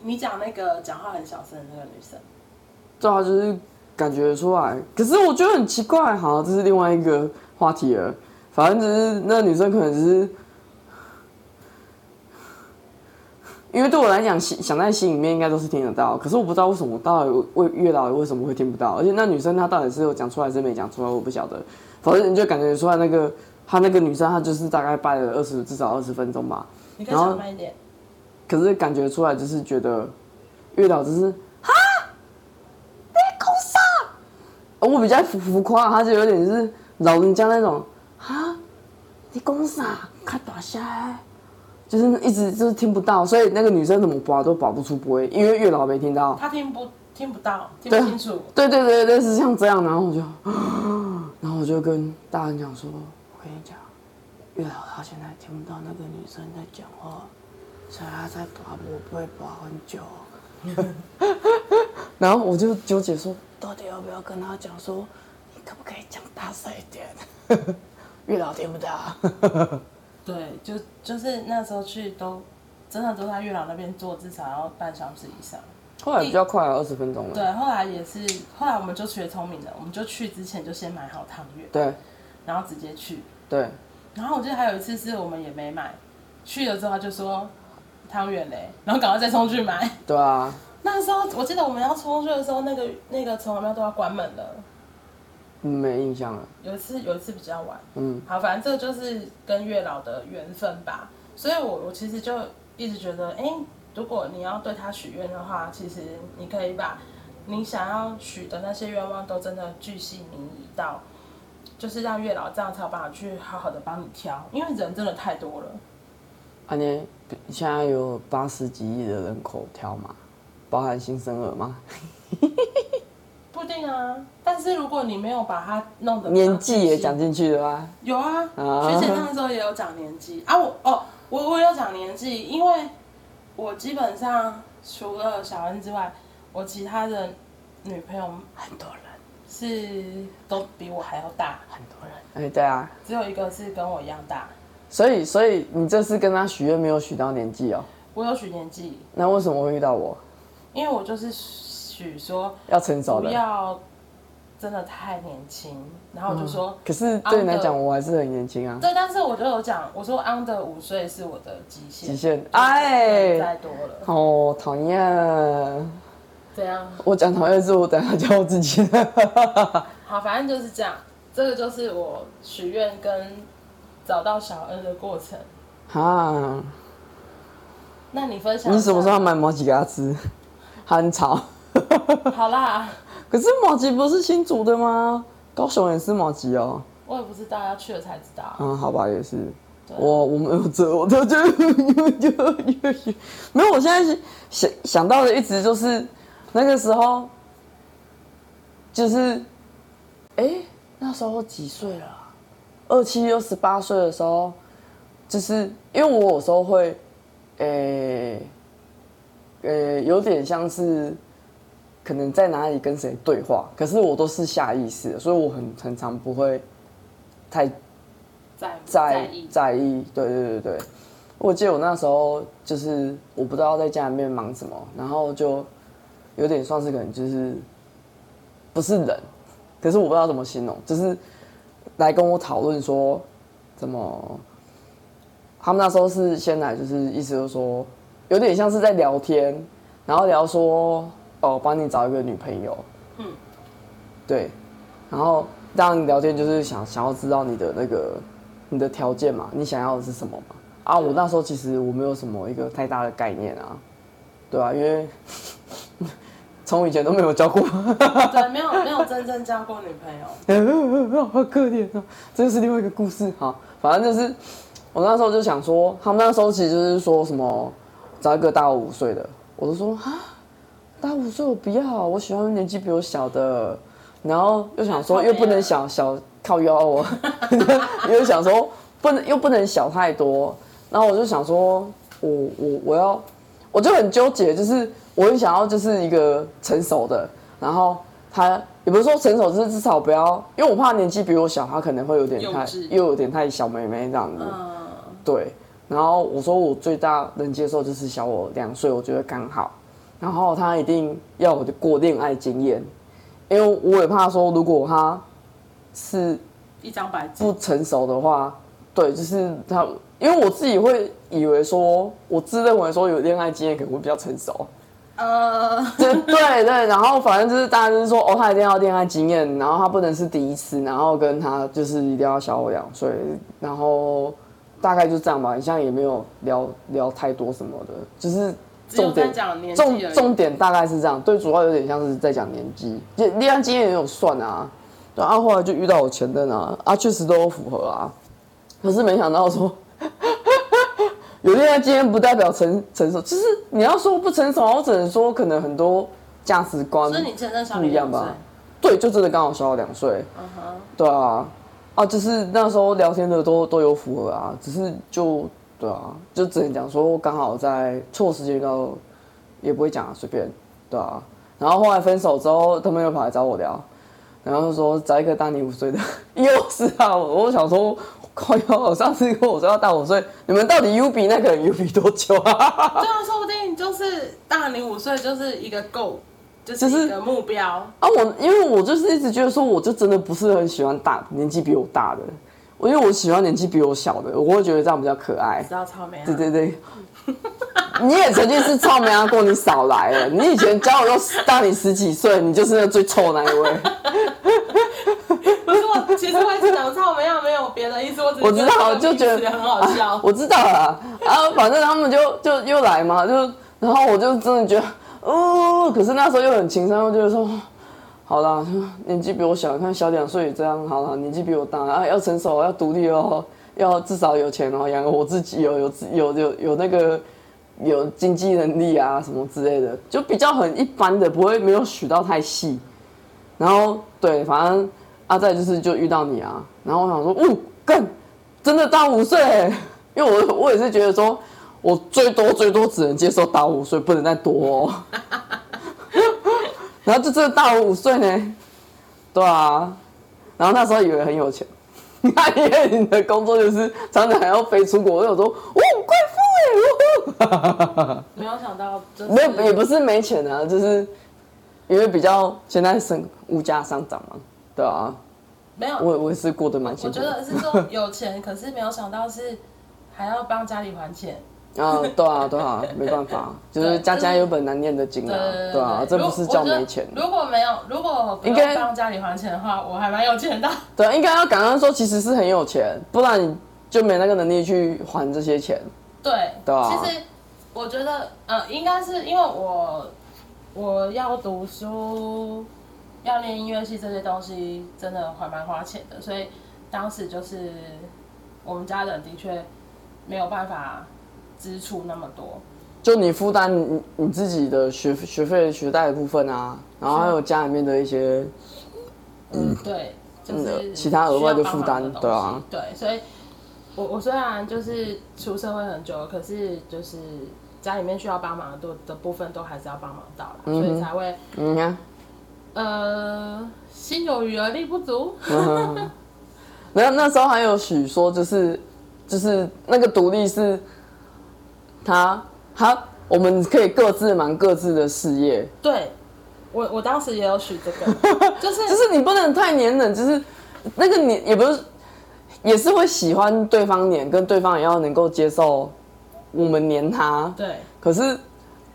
Speaker 1: 你讲那个讲话很小声的那个女生，
Speaker 2: 对啊，就是感觉出来。可是我觉得很奇怪，好，这是另外一个话题了。反正只是那女生可能只是，因为对我来讲，心想在心里面应该都是听得到。可是我不知道为什么到底为月老为什么会听不到，而且那女生她到底是有讲出来还是没讲出来，我不晓得。反正你就感觉出来那个她那个女生，她就是大概拜了二十至少二十分钟吧。
Speaker 1: 你可以讲慢一点。
Speaker 2: 可是感觉出来就是觉得月老就是啊，被攻杀。呃我比较浮浮夸，他就有点是老人家那种啊，你攻杀开大声欸，就是一直就是听不到，所以那个女生怎么拔都拔不出波音，因为月老没听到。
Speaker 1: 他听不听不到，听不清楚。
Speaker 2: 对对对对，是像这样，然后我就，啊然后我就跟大人讲说，我跟你讲，月老他现在听不到那个女生在讲话，所以他在拔我不会拔很久。然后我就纠结说，到底要不要跟他讲说，你可不可以讲大声一点？ 月老听不到。
Speaker 1: 对，就就是那时候去都真的都在月老那边坐，至少要半小时以上。
Speaker 2: 后来比较快，啊二十分钟了。
Speaker 1: 对，后来也是，后来我们就学聪明了，我们就去之前就先买好汤圆，
Speaker 2: 对
Speaker 1: 然后直接去。
Speaker 2: 对，
Speaker 1: 然后我记得还有一次是我们也没买，去了之后他就说汤圆嘞，然后赶快再冲去买。
Speaker 2: 对啊，
Speaker 1: 那时候我记得我们要冲去的时候，那个那个城隍庙都要关门了。
Speaker 2: 没印象了。
Speaker 1: 有一次有一次比较晚，
Speaker 2: 嗯，
Speaker 1: 好，反正这就是跟月老的缘分吧。所以我我其实就一直觉得，哎、如果你要对他许愿的话，其实你可以把你想要许的那些愿望都真的巨细靡遗到，就是让月老这样才有办法去好好的帮你挑，因为人真的太多了。
Speaker 2: 安尼现在有八十几亿的人口跳嘛，包含新生儿吗？
Speaker 1: 不一定啊，但是如果你没有把它弄得
Speaker 2: 年纪也讲进去了啊，
Speaker 1: 有啊，
Speaker 2: 啊
Speaker 1: 学姐那时候也有讲年纪啊，我哦，我我有讲年纪，因为我基本上除了小恩之外，我其他的女朋友
Speaker 2: 很多人，
Speaker 1: 是都比我还要大，
Speaker 2: 很多人。哎、对啊，
Speaker 1: 只有一个是跟我一样大，
Speaker 2: 所以所以你这次跟他许愿没有许到年纪哦，
Speaker 1: 我有许年纪，
Speaker 2: 那为什么会遇到我？
Speaker 1: 因为我就是许说
Speaker 2: 要成熟
Speaker 1: 不
Speaker 2: 了。
Speaker 1: 要真的太年轻，然后我就说、
Speaker 2: 可是对你来讲，我还是很年轻啊，
Speaker 1: 对，但是我就有讲，我说 under 五岁是我的极限，
Speaker 2: 极限。
Speaker 1: 对
Speaker 2: 哎，
Speaker 1: 再多了，
Speaker 2: 哦，讨厌，
Speaker 1: 怎样？
Speaker 2: 我讲讨厌是我等下叫我自己。
Speaker 1: 好，反正就是这样。这个就是我许愿跟找到小恩的过程。
Speaker 2: 啊，
Speaker 1: 那你分享一下
Speaker 2: 你什么时候要买毛鸡给他 吃？他很吵。
Speaker 1: 好啦，
Speaker 2: 可是毛鸡不是新竹的吗？高雄也是毛鸡哦。
Speaker 1: 我也不知道，要去了才知道。
Speaker 2: 嗯，好吧，也是。
Speaker 1: 啊对
Speaker 2: 我我 没有这，我都就就就就没有。我现在是想想到的一直就是那个时候，就是哎、诶那时候几岁了啊？二七二十八岁的时候，就是因为我有时候会，诶、呃、有点像是可能在哪里跟谁对话，可是我都是下意识的，所以我很很常不会太
Speaker 1: 在
Speaker 2: 在
Speaker 1: 意
Speaker 2: 在意，对对对对。我记得我那时候就是我不知道在家里面忙什么，然后就有点算是可能就是不是人，可是我不知道怎么形容，就是来跟我讨论说怎么。他们那时候是先来，就是意思就是说，有点像是在聊天，然后聊说哦，帮你找一个女朋友，嗯
Speaker 1: 嗯，
Speaker 2: 对，然后当你聊天就是想想要知道你的那个你的条件嘛，你想要的是什么嘛？啊，我那时候其实我没有什么一个太大的概念啊，对啊，因为 从以前都没有交过，
Speaker 1: 对，没有没有真正交过女朋友。
Speaker 2: 好可怜啊，这又是另外一个故事。好，反正就是我那时候就想说，他们那时候其实就是说什么找一个大我五岁的，我都说啊，大我五岁我不要，我喜欢年纪比我小的。然后又想说，
Speaker 1: 靠
Speaker 2: 又不
Speaker 1: 背
Speaker 2: 能
Speaker 1: 啊
Speaker 2: 小小靠腰我， 又想说不能又不能小太多。然后我就想说，我我我要，我就很纠结，就是我很想要就是一个成熟的，然后他也不是说成熟，就是至少不要，因为我怕年纪比我小，他可能会有点
Speaker 1: 幼
Speaker 2: 太
Speaker 1: 稚
Speaker 2: 又有点太小妹妹这样子。
Speaker 1: 嗯，
Speaker 2: 对，然后我说我最大能接受就是小我两岁，我觉得刚好。然后他一定要有过恋爱经验，因为我也怕说，如果他是
Speaker 3: 一张白纸，
Speaker 2: 不成熟的话，对，就是他，因为我自己会以为说，我自认为说有恋爱经验可能会比较成熟，
Speaker 3: 呃，
Speaker 2: 对对对，然后反正就是大家就是说，哦，他一定要恋爱经验，然后他不能是第一次，然后跟他就是一定要小我两岁，然后大概就这样吧，好像也没有聊聊太多什么的，就是
Speaker 1: 只有
Speaker 2: 重
Speaker 1: 在
Speaker 2: 点
Speaker 1: 讲年纪
Speaker 2: 重
Speaker 1: 而已。
Speaker 2: 重点大概是这样，对，主要有点像是在讲年纪，也恋爱经验也有算啊，对啊，后来就遇到我前任啊，啊，确实都有符合啊，可是没想到说 有恋爱经验不代表成成熟，就是你要说不成熟，我只能说可能很多价值观
Speaker 3: 所以你前任小
Speaker 2: 不
Speaker 3: 你
Speaker 2: 一样
Speaker 3: 两岁
Speaker 2: 吧，对，就真的刚好小我两岁，
Speaker 3: 嗯哼，
Speaker 2: 对啊，啊，就是那时候聊天的都都有符合啊，只是就对啊，就只能讲说刚好在错时间遇到，也不会讲啊，随便，对啊。然后后来分手之后，他们又跑来找我聊，然后就说找一个大你五岁的，又是啊，我我想说，靠哟，我上次跟我说要大我五岁，你们到底 U 比那个人 U 比多久啊？
Speaker 1: 对啊，说不定就是大你五岁就是一个 goal，就是
Speaker 2: 就是
Speaker 1: 一个目标。
Speaker 2: 啊，我因为我就是一直觉得说，我就真的不是很喜欢大年纪比我大的，我因为我喜欢年纪比我小的，我会觉得这样比较可爱
Speaker 1: 知。道草莓啊？
Speaker 2: 对对对，你也曾经是臭美阿过，你少来了。你以前交友都大你十几岁，你就是那最臭那一位。
Speaker 1: 不是我，其实我一直讲草莓啊，没有别的意思，我只是
Speaker 2: 我知道，
Speaker 1: 这个
Speaker 2: 就
Speaker 1: 名
Speaker 2: 觉
Speaker 1: 字
Speaker 2: 得
Speaker 1: 很好笑。
Speaker 2: 啊我知道啦，啊，反正他们就就又来嘛，就然后我就真的觉得，哦、可是那时候又很情商，又觉得说，好啦，年纪比我小，看小两岁也这样，好啦，年纪比我大啊，要成熟，要独立哦，要至少有钱哦，养活自己哦，有自有有有那个。有经济能力啊，什么之类的，就比较很一般的，不会没有许到太细。然后对，反正啊，再就是就遇到你啊，然后我想说，哦，更真的到五岁欸，因为我我也是觉得说，我最多最多只能接受到五岁，不能再多、 哦。然后就真的到五岁呢，对啊，然后那时候以为很有钱，那因为你的工作就是常常还要飞出国，我有时候哦，贵妇哎，哦
Speaker 1: 没有想到，就是
Speaker 2: 没有也不是没钱啊，就是因为比较现在生物价上涨嘛，对啊，
Speaker 1: 没有，
Speaker 2: 我我也是过得蛮
Speaker 1: 我
Speaker 2: 辛苦
Speaker 1: 觉
Speaker 2: 的。
Speaker 1: 得是说有钱，可是没有想到是还要帮家里还钱。
Speaker 2: 啊，对啊，对啊，没办法，就是家家有本难念的经啊，对啊，这不是叫没钱，
Speaker 1: 如果没有，如果不
Speaker 2: 应该
Speaker 1: 用帮家里还钱的话，我还蛮有钱的。
Speaker 2: 对啊，应该要感恩说其实是很有钱，不然你就没那个能力去还这些钱，
Speaker 1: 对，
Speaker 2: 对啊
Speaker 1: 其实我觉得，呃，应该是因为我我要读书，要练音乐系这些东西，真的还蛮花钱的，所以当时就是我们家人的确没有办法支出那么多。
Speaker 2: 就你负担你你自己的学学费、学贷的部分啊，然后还有家里面的一些，
Speaker 1: 嗯，对，就是
Speaker 2: 嗯其他额外的负担
Speaker 1: 需要帮忙的
Speaker 2: 对啊
Speaker 1: 东西，对，所以我我虽然就是出社会很久了，可是就是家里面需要帮忙的都的部分都还是要帮忙到啦，
Speaker 2: 嗯
Speaker 1: 所以才会
Speaker 2: 你看，
Speaker 1: 呃心有余而力不足，
Speaker 2: 嗯没有那时候还有许说就是就是那个独立是他他我们可以各自忙各自的事业，
Speaker 1: 对。我我当时也有许这 个， 就是
Speaker 2: 就是你不能太黏人，就是那个黏也不是，也是会喜欢对方黏，跟对方也要能够接受我们黏他。
Speaker 1: 对
Speaker 2: 可是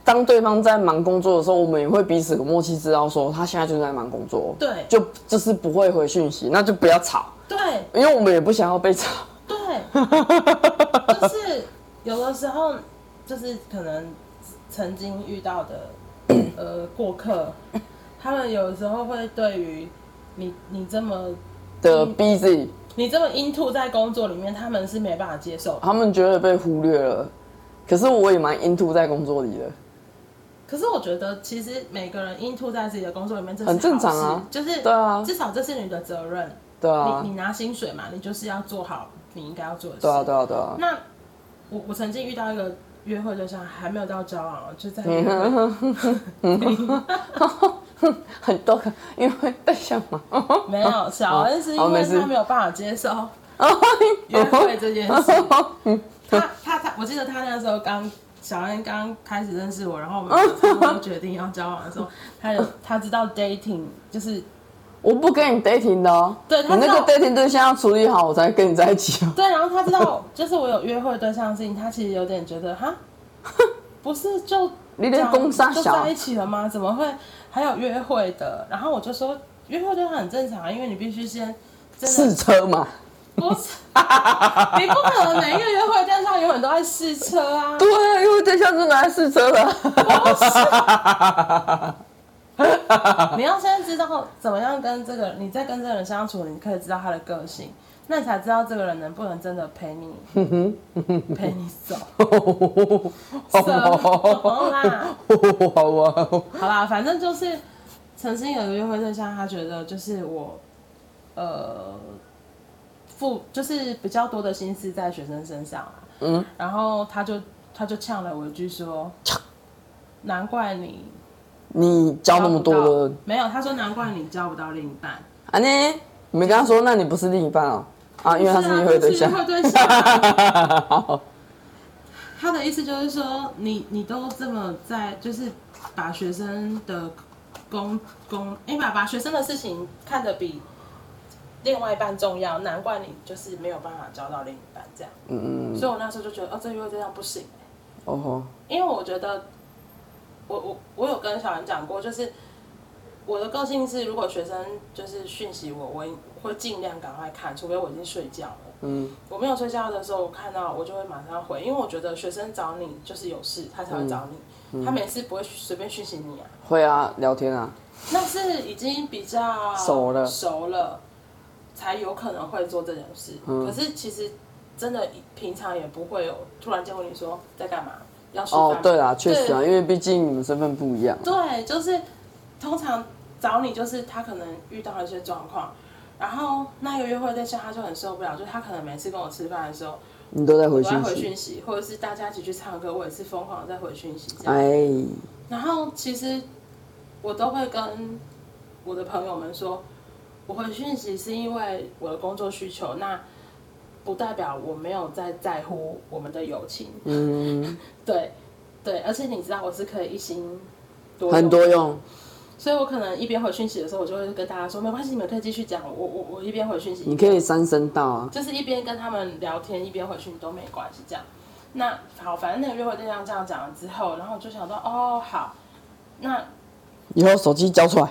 Speaker 2: 当对方在忙工作的时候，我们也会彼此有默契，知道说他现在就是在忙工作，
Speaker 1: 对
Speaker 2: 就就是不会回讯息，那就不要吵，
Speaker 1: 对
Speaker 2: 因为我们也不想要被吵。
Speaker 1: 对，就是有的时候就是可能曾经遇到的呃过 客，他们有的时候会对于你你这么
Speaker 2: 的 busy，
Speaker 1: 你这么 into 在工作里面，他们是没办法接受的。
Speaker 2: 他们觉得被忽略了，可是我也蛮 into 在工作里的。
Speaker 1: 可是我觉得，其实每个人 into 在自己的工作里面，这是
Speaker 2: 很正常啊
Speaker 1: 好事就是
Speaker 2: 对啊
Speaker 1: 至少这是你的责任。
Speaker 2: 对啊
Speaker 1: 你，你拿薪水嘛，你就是要做好你应该要做的事。
Speaker 2: 对啊，对啊，对啊。
Speaker 1: 那我我曾经遇到一个约会对象，还没有到交往哦，就在约会
Speaker 2: 嗯，很多个，因为对象嘛。
Speaker 1: 没有，小恩是
Speaker 2: 好
Speaker 1: 因
Speaker 2: 哦没
Speaker 1: 为
Speaker 2: 事
Speaker 1: 他没有办法接 受
Speaker 2: 哦
Speaker 1: 约会这件事。
Speaker 2: 嗯
Speaker 1: 他他他，我记得他那时候刚小恩刚开始认识我，然后 我们差不多决定要交往的时候，他有他知道 dating 就是
Speaker 2: 我不跟你 dating 的哦。
Speaker 1: 对他
Speaker 2: 你那
Speaker 1: 知
Speaker 2: 个
Speaker 1: 道
Speaker 2: dating 对象要处理好，我才跟你在一起哦。
Speaker 1: 对，然后他知道 就是我有约会对象的事情，他其实有点觉得哈，不是就
Speaker 2: 你
Speaker 1: 这
Speaker 2: 的
Speaker 1: 样
Speaker 2: 公杀
Speaker 1: 就
Speaker 2: 小
Speaker 1: 在一，起了吗？怎么会还有约会的？然后我就说约会对象很正常啊，因为你必须先真的
Speaker 2: 试车嘛？
Speaker 1: 不是，你不可能每一个约会对象永远都在试车啊。
Speaker 2: 对啊，因为对象是拿来试车的。
Speaker 1: 你要先知道怎么样跟这个，你在跟这个人相处，你可以知道他的个性，那你才知道这个人能不能真的陪你，陪你走。什么啦？
Speaker 2: 好啊，
Speaker 1: 好啦，反正就是曾经有一个约会对象，他觉得就是我，呃，付就是比较多的心思在学生身上啊。嗯，然后他就他就呛了我一句说，难怪你
Speaker 2: 你交那么多
Speaker 1: 交不
Speaker 2: 了
Speaker 1: 到，没有，他说难怪你交不到另一半。
Speaker 2: 啊呢？你没跟他说，那你不是另一半哦？啊，因为他是约会对象
Speaker 1: 是。啊，他是约会对象。
Speaker 2: 好，
Speaker 1: 他的意思就是说，你你都这么在，就是把学生的工工，你把把学生的事情看得比另外一半重要，难怪你就是没有办法交到另一半这样。
Speaker 2: 嗯嗯，
Speaker 1: 所以我那时候就觉得，哦，这约会对象不行，
Speaker 2: 哦吼，
Speaker 1: 因为我觉得，我我我有跟小兰讲过，就是我的个性是，如果学生就是讯息我，我会尽量赶快看，除非我已经睡觉了。
Speaker 2: 嗯，
Speaker 1: 我没有睡觉的时候，我看到我就会马上回，因为我觉得学生找你就是有事，他才会找
Speaker 2: 嗯
Speaker 1: 你，他每次不会随便讯息你啊。
Speaker 2: 会啊，聊天啊，
Speaker 1: 那是已经比较
Speaker 2: 熟了
Speaker 1: 熟了，才有可能会做这件事。
Speaker 2: 嗯
Speaker 1: 可是其实真的平常也不会有突然间问你说在干嘛，要吃饭
Speaker 2: 哦
Speaker 1: 吗，
Speaker 2: 对啦，确实啊，
Speaker 1: 对
Speaker 2: 因为毕竟你们身份不一样。啊
Speaker 1: 对，就是通常找你就是他可能遇到了一些状况，然后那个约会对象他就很受不了，就是他可能每次跟我吃饭的时候。
Speaker 2: 你都在回
Speaker 1: 我在
Speaker 2: 信
Speaker 1: 回
Speaker 2: 息
Speaker 1: 讯。息，或者是大家一起去唱歌，我也是疯狂的在回讯息这样。
Speaker 2: 哎，
Speaker 1: 然后其实我都会跟我的朋友们说，我回讯息是因为我的工作需求，那不代表我没有在在乎我们的友情。
Speaker 2: 嗯，
Speaker 1: 对，对，而且你知道我是可以一心多用
Speaker 2: 很多用，
Speaker 1: 所以我可能一边回讯息的时候，我就会跟大家说，没关系，你们可以继续讲，我我我一边回讯息，
Speaker 2: 你可以三声道啊。
Speaker 1: 就是一边跟他们聊天，一边回去都没关系，这样。那好，反正那个约会对象这样讲了之后，然后我就想到，哦，好，那
Speaker 2: 以后手机交出来。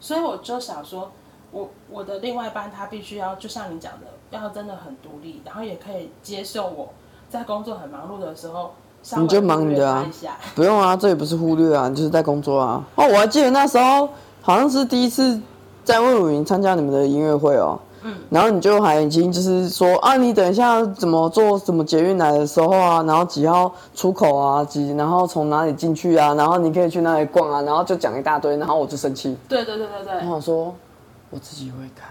Speaker 1: 所以我就想说，我我的另外一半他必须要，就像你讲的，要真的很独立，然后也可以接受我在工作很忙碌的时候，稍微
Speaker 2: 你就忙你的啊
Speaker 1: 忽略他一下，
Speaker 2: 不用啊，这也不是忽略啊，你就是在工作啊。哦，我还记得那时候好像是第一次在魏武营参加你们的音乐会哦。嗯，然后你就还已经就是说啊，你等一下怎么做什么捷运来的时候啊，然后几号出口啊，几然后从哪里进去啊，然后你可以去哪里逛啊，然后就讲一大堆，然后我就生气，
Speaker 1: 对对对对对。
Speaker 2: 然后我说我自己会开，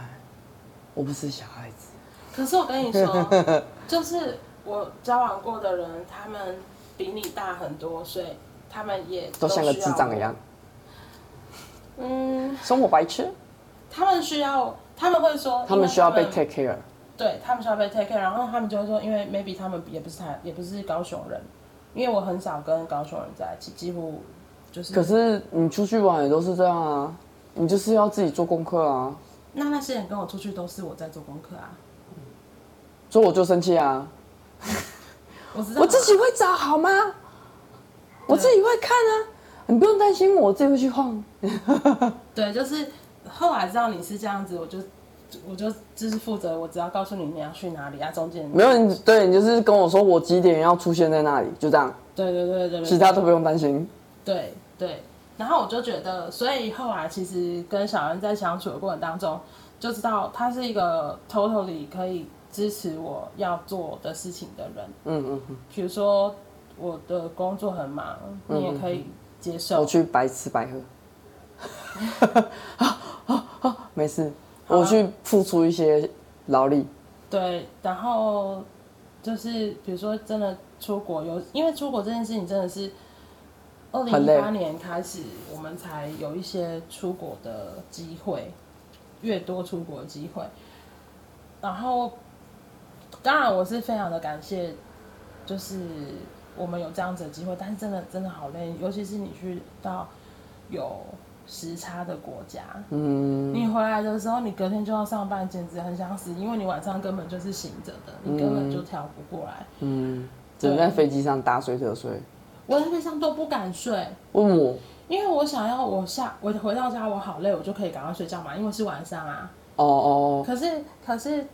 Speaker 2: 我不是小孩子。
Speaker 1: 可是我跟你说，就是我交往过的人，他们比你大很多，所以他们也
Speaker 2: 都像个
Speaker 1: 需
Speaker 2: 智
Speaker 1: 要
Speaker 2: 障
Speaker 1: 我
Speaker 2: 一样，
Speaker 1: 嗯。
Speaker 2: 生活白痴，
Speaker 1: 他们需要，他们会说，
Speaker 2: 他们需要被
Speaker 1: 因为他
Speaker 2: take care。
Speaker 1: 对他们需要被 take care，然后他们就会说，因为 maybe 他们也不是台，也不是高雄人，因为我很少跟高雄人在一起，几乎就是。
Speaker 2: 可是你出去玩也都是这样啊，你就是要自己做功课啊，
Speaker 1: 那那些人跟我出去都是我在做功课啊，
Speaker 2: 所以我就生气啊，
Speaker 1: 我知道啊
Speaker 2: 我自己会找好吗？我自己会看啊，你不用担心我，我自己会去晃。
Speaker 1: 对，就是后来知道你是这样子，我就我就就是负责，我只要告诉你你要去哪里啊，中间
Speaker 2: 没有你，对你就是跟我说我几点要出现在那里，就这样，
Speaker 1: 对对对对对，
Speaker 2: 其他都不用担心。
Speaker 1: 对对，然后我就觉得，所以后来其实跟小恩在相处的过程当中，就知道他是一个 totally 可以支持我要做的事情的人。
Speaker 2: 嗯嗯嗯，
Speaker 1: 比如说我的工作很忙，你也可以接受。
Speaker 2: 我去白吃白喝。啊啊啊！没事，
Speaker 1: 啊
Speaker 2: 我去付出一些劳力。
Speaker 1: 对，然后就是比如说真的出国有，因为出国这件事情真的是。二零
Speaker 2: 很
Speaker 1: 一
Speaker 2: 累
Speaker 1: 八年开始，我们才有一些出国的机会，越多出国的机会。然后，当然我是非常的感谢，就是我们有这样子的机会，但是真的真的好累，尤其是你去到有时差的国家，
Speaker 2: 嗯，
Speaker 1: 你回来的时候，你隔天就要上班，简直很想死，因为你晚上根本就是醒着的，你根本就调不过来。
Speaker 2: 嗯，只能在飞机上大睡特睡。
Speaker 1: 我在飞机上都不敢睡，
Speaker 2: 问我
Speaker 1: 因为我想要我下我回到家我好累，我就可以赶快睡觉嘛，因为是晚上啊。
Speaker 2: 哦哦，
Speaker 1: 可是可是，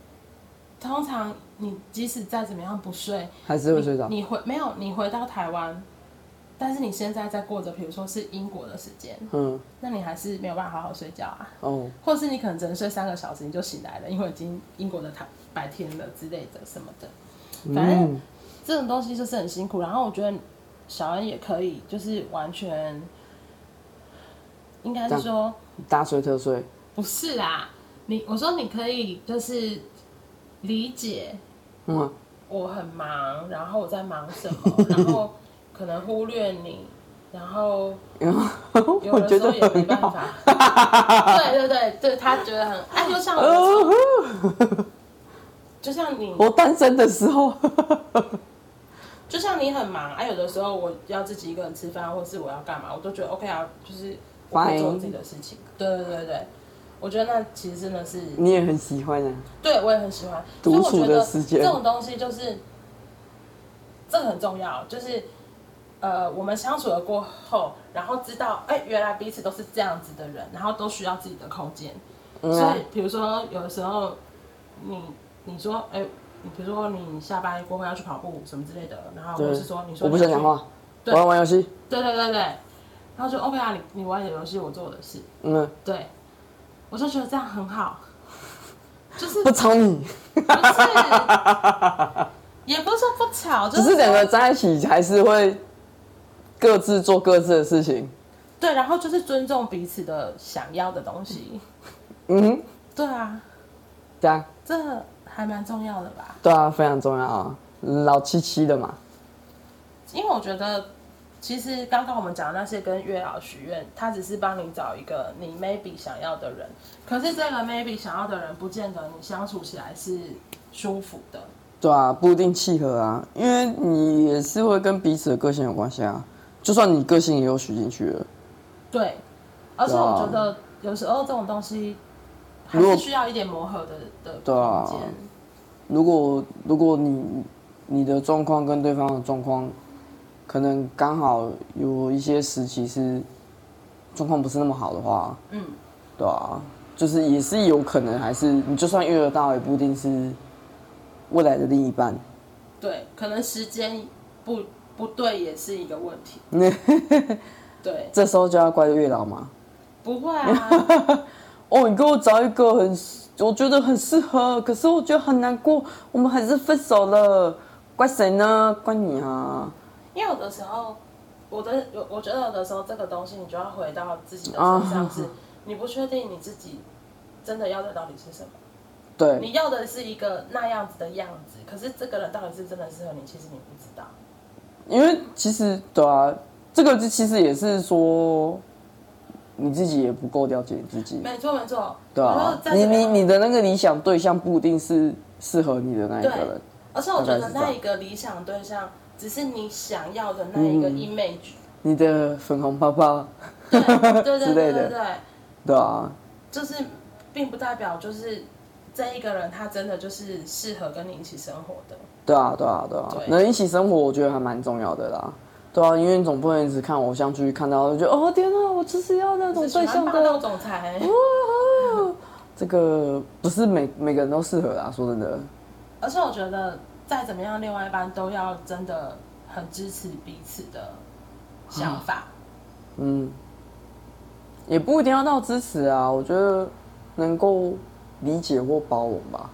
Speaker 1: 通常你即使再怎么样不睡，
Speaker 2: 还是会睡着。
Speaker 1: 你回没有你回到台湾，但是你现在在过着，比如说是英国的时间，
Speaker 2: 嗯，
Speaker 1: 那你还是没有办法好好睡觉啊。
Speaker 2: 哦，
Speaker 1: 或是你可能只能睡三个小时你就醒来了，因为已经英国的台白天了之类的什么的，反正、
Speaker 2: 嗯
Speaker 1: 这种东西就是很辛苦。然后我觉得小恩也可以，就是完全应该是
Speaker 2: 这
Speaker 1: 说
Speaker 2: 大睡特睡。
Speaker 1: 不是啦，你我说你可以就是理解
Speaker 2: 嗯啊，
Speaker 1: 我很忙，然后我在忙什么，然后 可能忽略你，然后
Speaker 2: 然后
Speaker 1: 有
Speaker 2: 我
Speaker 1: 的
Speaker 2: 觉
Speaker 1: 时候
Speaker 2: 得
Speaker 1: 也没
Speaker 2: 很
Speaker 1: 办
Speaker 2: 好。
Speaker 1: 法。 对对对对，他觉得很哎，就像我的
Speaker 2: 哦
Speaker 1: 时候，就像你，
Speaker 2: 呃我单身的时候，
Speaker 1: 就像你很忙，哎、有的时候我要自己一个人吃饭，或是我要干嘛，我都觉得 OK 啊，就是我会做
Speaker 2: Fine
Speaker 1: 自己的事情。对对对对，我觉得那其实真的是，
Speaker 2: 你也很喜欢啊。
Speaker 1: 对我也很喜欢。
Speaker 2: 独
Speaker 1: 所以我
Speaker 2: 处
Speaker 1: 觉
Speaker 2: 的
Speaker 1: 得
Speaker 2: 时间
Speaker 1: 这种东西就是，这很重要，就是。呃，我们相处了过后，然后知道，哎、原来彼此都是这样子的人，然后都需要自己的空间。
Speaker 2: 嗯
Speaker 1: 所
Speaker 2: 啊
Speaker 1: 以，比如说，有的时候你你说，哎、你比如说你下班过后要去跑步什么之类的，然后或者
Speaker 2: 对
Speaker 1: 是说你，说
Speaker 2: 我不想讲
Speaker 1: 你要去，
Speaker 2: 话，我
Speaker 1: 对
Speaker 2: 要玩游戏。
Speaker 1: 对对对对，然后就 OK 啊，你你玩你的游戏，我做我的事，
Speaker 2: 嗯，
Speaker 1: 对，我就觉得这样很好， 就是
Speaker 2: 不吵你，
Speaker 1: 不是， 也不是说不吵，就
Speaker 2: 只
Speaker 1: 是
Speaker 2: 是两个在一起还是会各自做各自的事情。
Speaker 1: 对，然后就是尊重彼此的想要的东西，
Speaker 2: 嗯，
Speaker 1: 对啊，
Speaker 2: 对啊，
Speaker 1: 这还蛮重要的吧。
Speaker 2: 对啊，非常重要啊，老七七的嘛。
Speaker 1: 因为我觉得，其实刚刚我们讲的那些跟月老许愿，他只是帮你找一个你 maybe 想要的人，可是这个 maybe 想要的人，不见得你相处起来是舒服的。
Speaker 2: 对啊，不一定契合啊，因为你也是会跟彼此的个性有关系啊。就算你个性也有许进去了，
Speaker 1: 对，而且
Speaker 2: 对啊
Speaker 1: 我觉得有时候这种东西还
Speaker 2: 如果
Speaker 1: 是需要一点磨合的的
Speaker 2: 对啊
Speaker 1: 空间。
Speaker 2: 如果如果你你的状况跟对方的状况，可能刚好有一些时期是状况不是那么好的话，
Speaker 1: 嗯，
Speaker 2: 对啊，就是也是有可能，还是你就算约得到，也不一定是未来的另一半。
Speaker 1: 对，可能时间不不对也是一个问 题。对，
Speaker 2: 这时候就要怪月老嘛。
Speaker 1: 不会啊。
Speaker 2: 哦，你给我找一个很，我觉得很适合，可是我觉得很难过，我们还是分手了，怪谁呢？怪你啊！
Speaker 1: 因为有的时候，我的有我觉得有的时候这个东西，你就要回到自己的身上是，
Speaker 2: 啊
Speaker 1: 你不确定你自己真的要的到底是什么。
Speaker 2: 对，
Speaker 1: 你要的是一个那样子的样子，可是这个人到底是真的适合你，其实你不知道。
Speaker 2: 因为其实对啊，这个就其实也是说，你自己也不够了解你自己，
Speaker 1: 没错没错，
Speaker 2: 对
Speaker 1: 我觉
Speaker 2: 啊
Speaker 1: 得，在
Speaker 2: 你
Speaker 1: 这个
Speaker 2: 你你的那个理想对象不一定是适合你的那一个人，
Speaker 1: 而且我觉
Speaker 2: 大概
Speaker 1: 得
Speaker 2: 是这样
Speaker 1: 那一个理想对象，只是你想要的那一个
Speaker 2: 嗯
Speaker 1: image，、
Speaker 2: 你的粉红泡泡，
Speaker 1: 对对
Speaker 2: 之
Speaker 1: 对
Speaker 2: 类
Speaker 1: 对
Speaker 2: 的
Speaker 1: 对对，
Speaker 2: 对啊，
Speaker 1: 就是并不代表就是这一个人他真的就是适合跟你一起生活的。
Speaker 2: 对啊，对啊，对啊，
Speaker 1: 对
Speaker 2: 能一起生活，我觉得还蛮重要的啦。对啊，因为你总不能只看偶像剧，看到就觉得哦天啊，我就是要那种对
Speaker 1: 喜欢
Speaker 2: 象
Speaker 1: 霸道
Speaker 2: 的。
Speaker 1: 总裁。
Speaker 2: 嗯这个不是每每个人都适合啦，说真的，
Speaker 1: 而且我觉得再怎么样，另外一半都要真的很支持彼此的想法。
Speaker 2: 嗯，也不一定要到支持啊。我觉得能够理解或包容吧。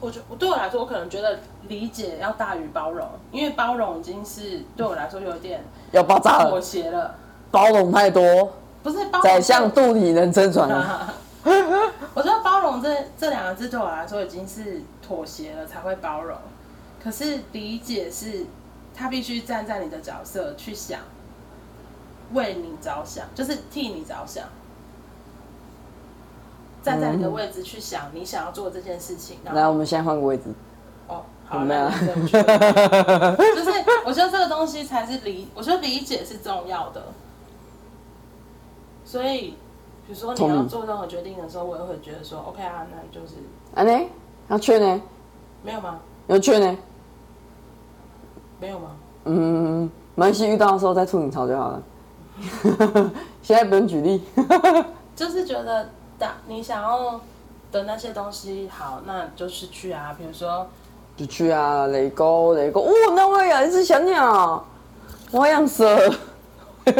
Speaker 1: 我觉我对我来说，我可能觉得理解要大于包容，因为包容已经是对我来说有点
Speaker 2: 要爆炸
Speaker 1: 妥
Speaker 2: 了，
Speaker 1: 协了，
Speaker 2: 包容太多，
Speaker 1: 不是包容
Speaker 2: 宰相肚里能撑船 啊。
Speaker 1: 啊。我觉得包容这这两个字对我来说已经是妥协了才会包容，可是理解是他必须站在你的角色去想，为你着想，就是替你着想，站在你的位置去想你想要做这件事情，然
Speaker 2: 来，
Speaker 1: 后
Speaker 2: 我们现在换个位置，
Speaker 1: 哦，好，
Speaker 2: 怎么
Speaker 1: 那
Speaker 2: 样
Speaker 1: 你正确。 就是我觉得这个东西才是理，我觉得理解是重要的。所以，比如说你要
Speaker 2: 同意
Speaker 1: 做任何决定的时候，我也会觉得说，OK 啊，那就是
Speaker 2: 安尼，要劝呢？
Speaker 1: 没有吗？
Speaker 2: 要劝呢？
Speaker 1: 没有吗？
Speaker 2: 嗯，没关系，遇到的时候再吐你槽就好了。 现在不用举例。
Speaker 1: 就是觉得打你想要的那些东西，好，那就是去啊。比如说，
Speaker 2: 就去啊，雷沟，雷沟，哦，那我也养一只小鸟，我要养蛇，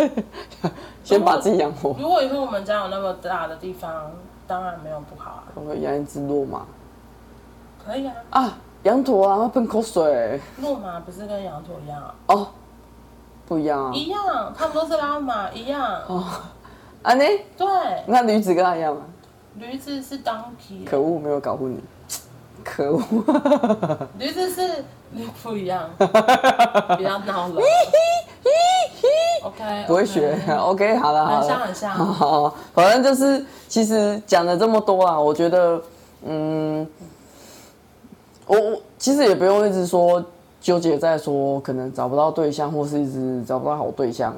Speaker 2: 先把自己养活。
Speaker 1: 如果以后我们家有那么大的地方，当然没有不好啊，
Speaker 2: 我要养一只骆马
Speaker 1: 可以啊。
Speaker 2: 啊，羊驼啊，会喷口水
Speaker 1: 骆马不是跟羊驼一样啊？
Speaker 2: 哦，不一样啊。
Speaker 1: 一样，他们都是拉马一
Speaker 2: 哦
Speaker 1: 样。
Speaker 2: 啊你
Speaker 1: 对，
Speaker 2: 那驴子跟它一样吗？
Speaker 1: 驴子是 donkey，啊
Speaker 2: 可恶，没有搞混你，可 恶。
Speaker 1: 驴子是不一 样，不要闹了。OK，
Speaker 2: 不
Speaker 1: 哦
Speaker 2: 会学。OK，好了好了，
Speaker 1: 很像很像
Speaker 2: 好 好，好反正就是其实讲了这么多啊，我觉得，嗯，我我其实也不用一直说纠结在说可能找不到对象，或是一直找不到好对象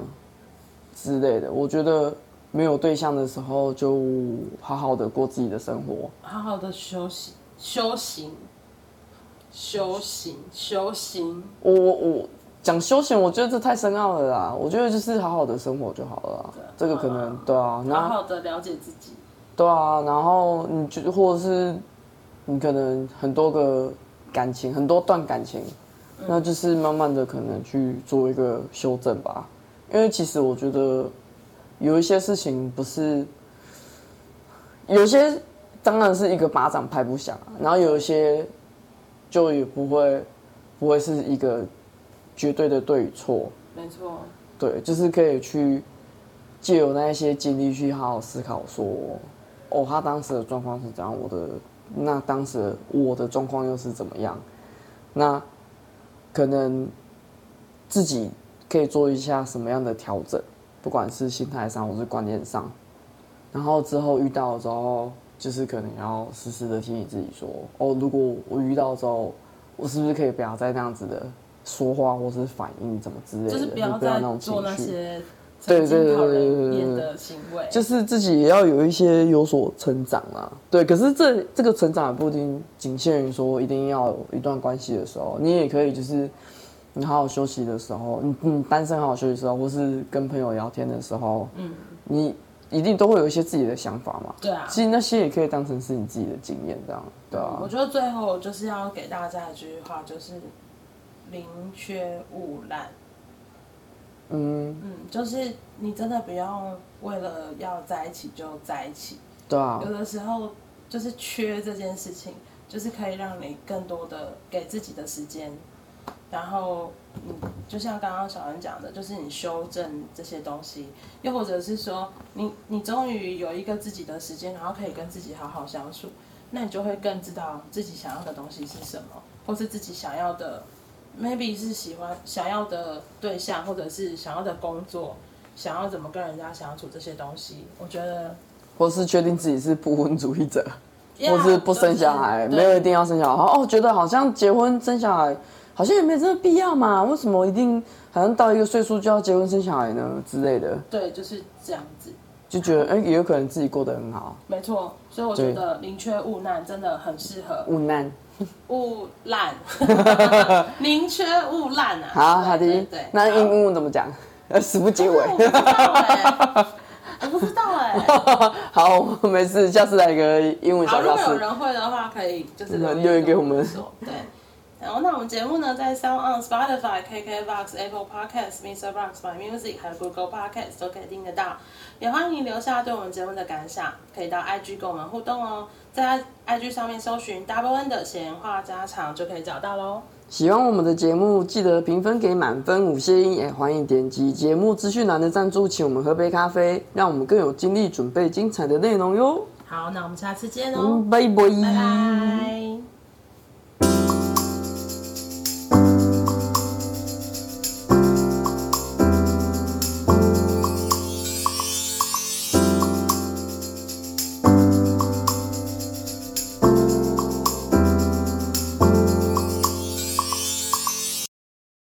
Speaker 2: 之类的。我觉得没有对象的时候，就好好的过自己的生活。
Speaker 1: 好好的休息，修行，修行，修行。
Speaker 2: 我我我讲修行，我觉得这太深奥了啦。我觉得就是好好的生活就好了啦。这个可能对啊，然
Speaker 1: 好
Speaker 2: 后。
Speaker 1: 好的了解自己，
Speaker 2: 对啊，然后你就或者是你可能很多个感情，很多段感情，那就是慢慢的可能去做一个修正吧。因为其实我觉得有一些事情不是，有些当然是一个巴掌拍不响啊，然后有一些就也不会不会是一个绝对的对与错，
Speaker 1: 没错，
Speaker 2: 对，就是可以去借由那一些经历去好好思考说，哦，他当时的状况是怎样，我的那当时的我的状况又是怎么样，那可能自己可以做一下什么样的调整，不管是心态上或是观念上，然后之后遇到的时候，就是可能要时时的提醒自己说，哦，如果我遇到之后，我是不是可以不要再那样子的说话或是反应怎么之类的，
Speaker 1: 就是不要
Speaker 2: 不要
Speaker 1: 再
Speaker 2: 那种
Speaker 1: 做那
Speaker 2: 情绪。
Speaker 1: 些
Speaker 2: 对
Speaker 1: 曾
Speaker 2: 对对
Speaker 1: 经讨
Speaker 2: 对对
Speaker 1: 人
Speaker 2: 对
Speaker 1: 厌
Speaker 2: 对
Speaker 1: 的行为。
Speaker 2: 就是自己也要有一些有所成长啦。对，可是这这个成长也不一定仅限于说一定要有一段关系的时候，你也可以就是你好好休息的时候，你你单身好好休息的时候，或是跟朋友聊天的时候，嗯，你一定都会有一些自己的想法嘛。
Speaker 1: 对啊
Speaker 2: 其实那些也可以当成是你自己的经验，这样对啊
Speaker 1: 我。觉得最后就是要给大家一句话，就是宁缺毋滥。
Speaker 2: 嗯，
Speaker 1: 嗯，就是你真的不用为了要在一起就在一起，
Speaker 2: 对啊
Speaker 1: 有，的时候就是缺这件事情，就是可以让你更多的给自己的时间，然后嗯，就像刚刚小恩讲的，就是你修正这些东西，又或者是说你你终于有一个自己的时间，然后可以跟自己好好相处，那你就会更知道自己想要的东西是什么，或是自己想要的，maybe 是喜欢想要的对象，或者是想要的工作。想要怎么跟人家相处这些东西，我觉得
Speaker 2: 或是确定自己是不婚主义者。
Speaker 1: Yeah，
Speaker 2: 或是不生小孩，
Speaker 1: 就是
Speaker 2: 没有
Speaker 1: 对
Speaker 2: 一定要生小孩。哦，觉得好像结婚生小孩好像也没这个必要嘛，为什么一定好像到一个岁数就要结婚生小孩呢之类的？
Speaker 1: 对，就是这样子，
Speaker 2: 就觉得哎、也有可能自己过得很好，
Speaker 1: 没错。所以我觉得宁缺毋滥真的很适合
Speaker 2: 无难。
Speaker 1: 勿 滥，宁缺毋滥啊。
Speaker 2: 好，好
Speaker 1: 对
Speaker 2: 的
Speaker 1: 对，
Speaker 2: 那英
Speaker 1: 为
Speaker 2: 英文怎么讲？呃，死不结尾。
Speaker 1: 我不知道哎，我不知道哎。
Speaker 2: 好，我们没事，下次来个英文
Speaker 1: 好，
Speaker 2: 小
Speaker 1: 如
Speaker 2: 教
Speaker 1: 果有
Speaker 2: 室。
Speaker 1: 人会的话，可以就是
Speaker 2: 嗯
Speaker 1: 留
Speaker 2: 留
Speaker 1: 言
Speaker 2: 言给我们
Speaker 1: 说。对，然后那我们节目呢，在嗯 Sound on Spotify、KKBox、Apple Podcast、Mr. Box、My Music 还有 Google Podcast 都可以听得到。也欢迎留下对我们节目的感想，可以到 IG 跟我们互动哦。在 IG 上面搜寻 Double N 的闲话家常就可以找到喽。
Speaker 2: 喜欢我们的节目，记得评分给满分五星，也欢迎点击节目资讯栏的赞助，请我们喝杯咖啡，让我们更有精力准备精彩的内容哟。嗯
Speaker 1: 好，那我们下次见哦，
Speaker 2: 嗯，拜拜。
Speaker 1: 拜拜。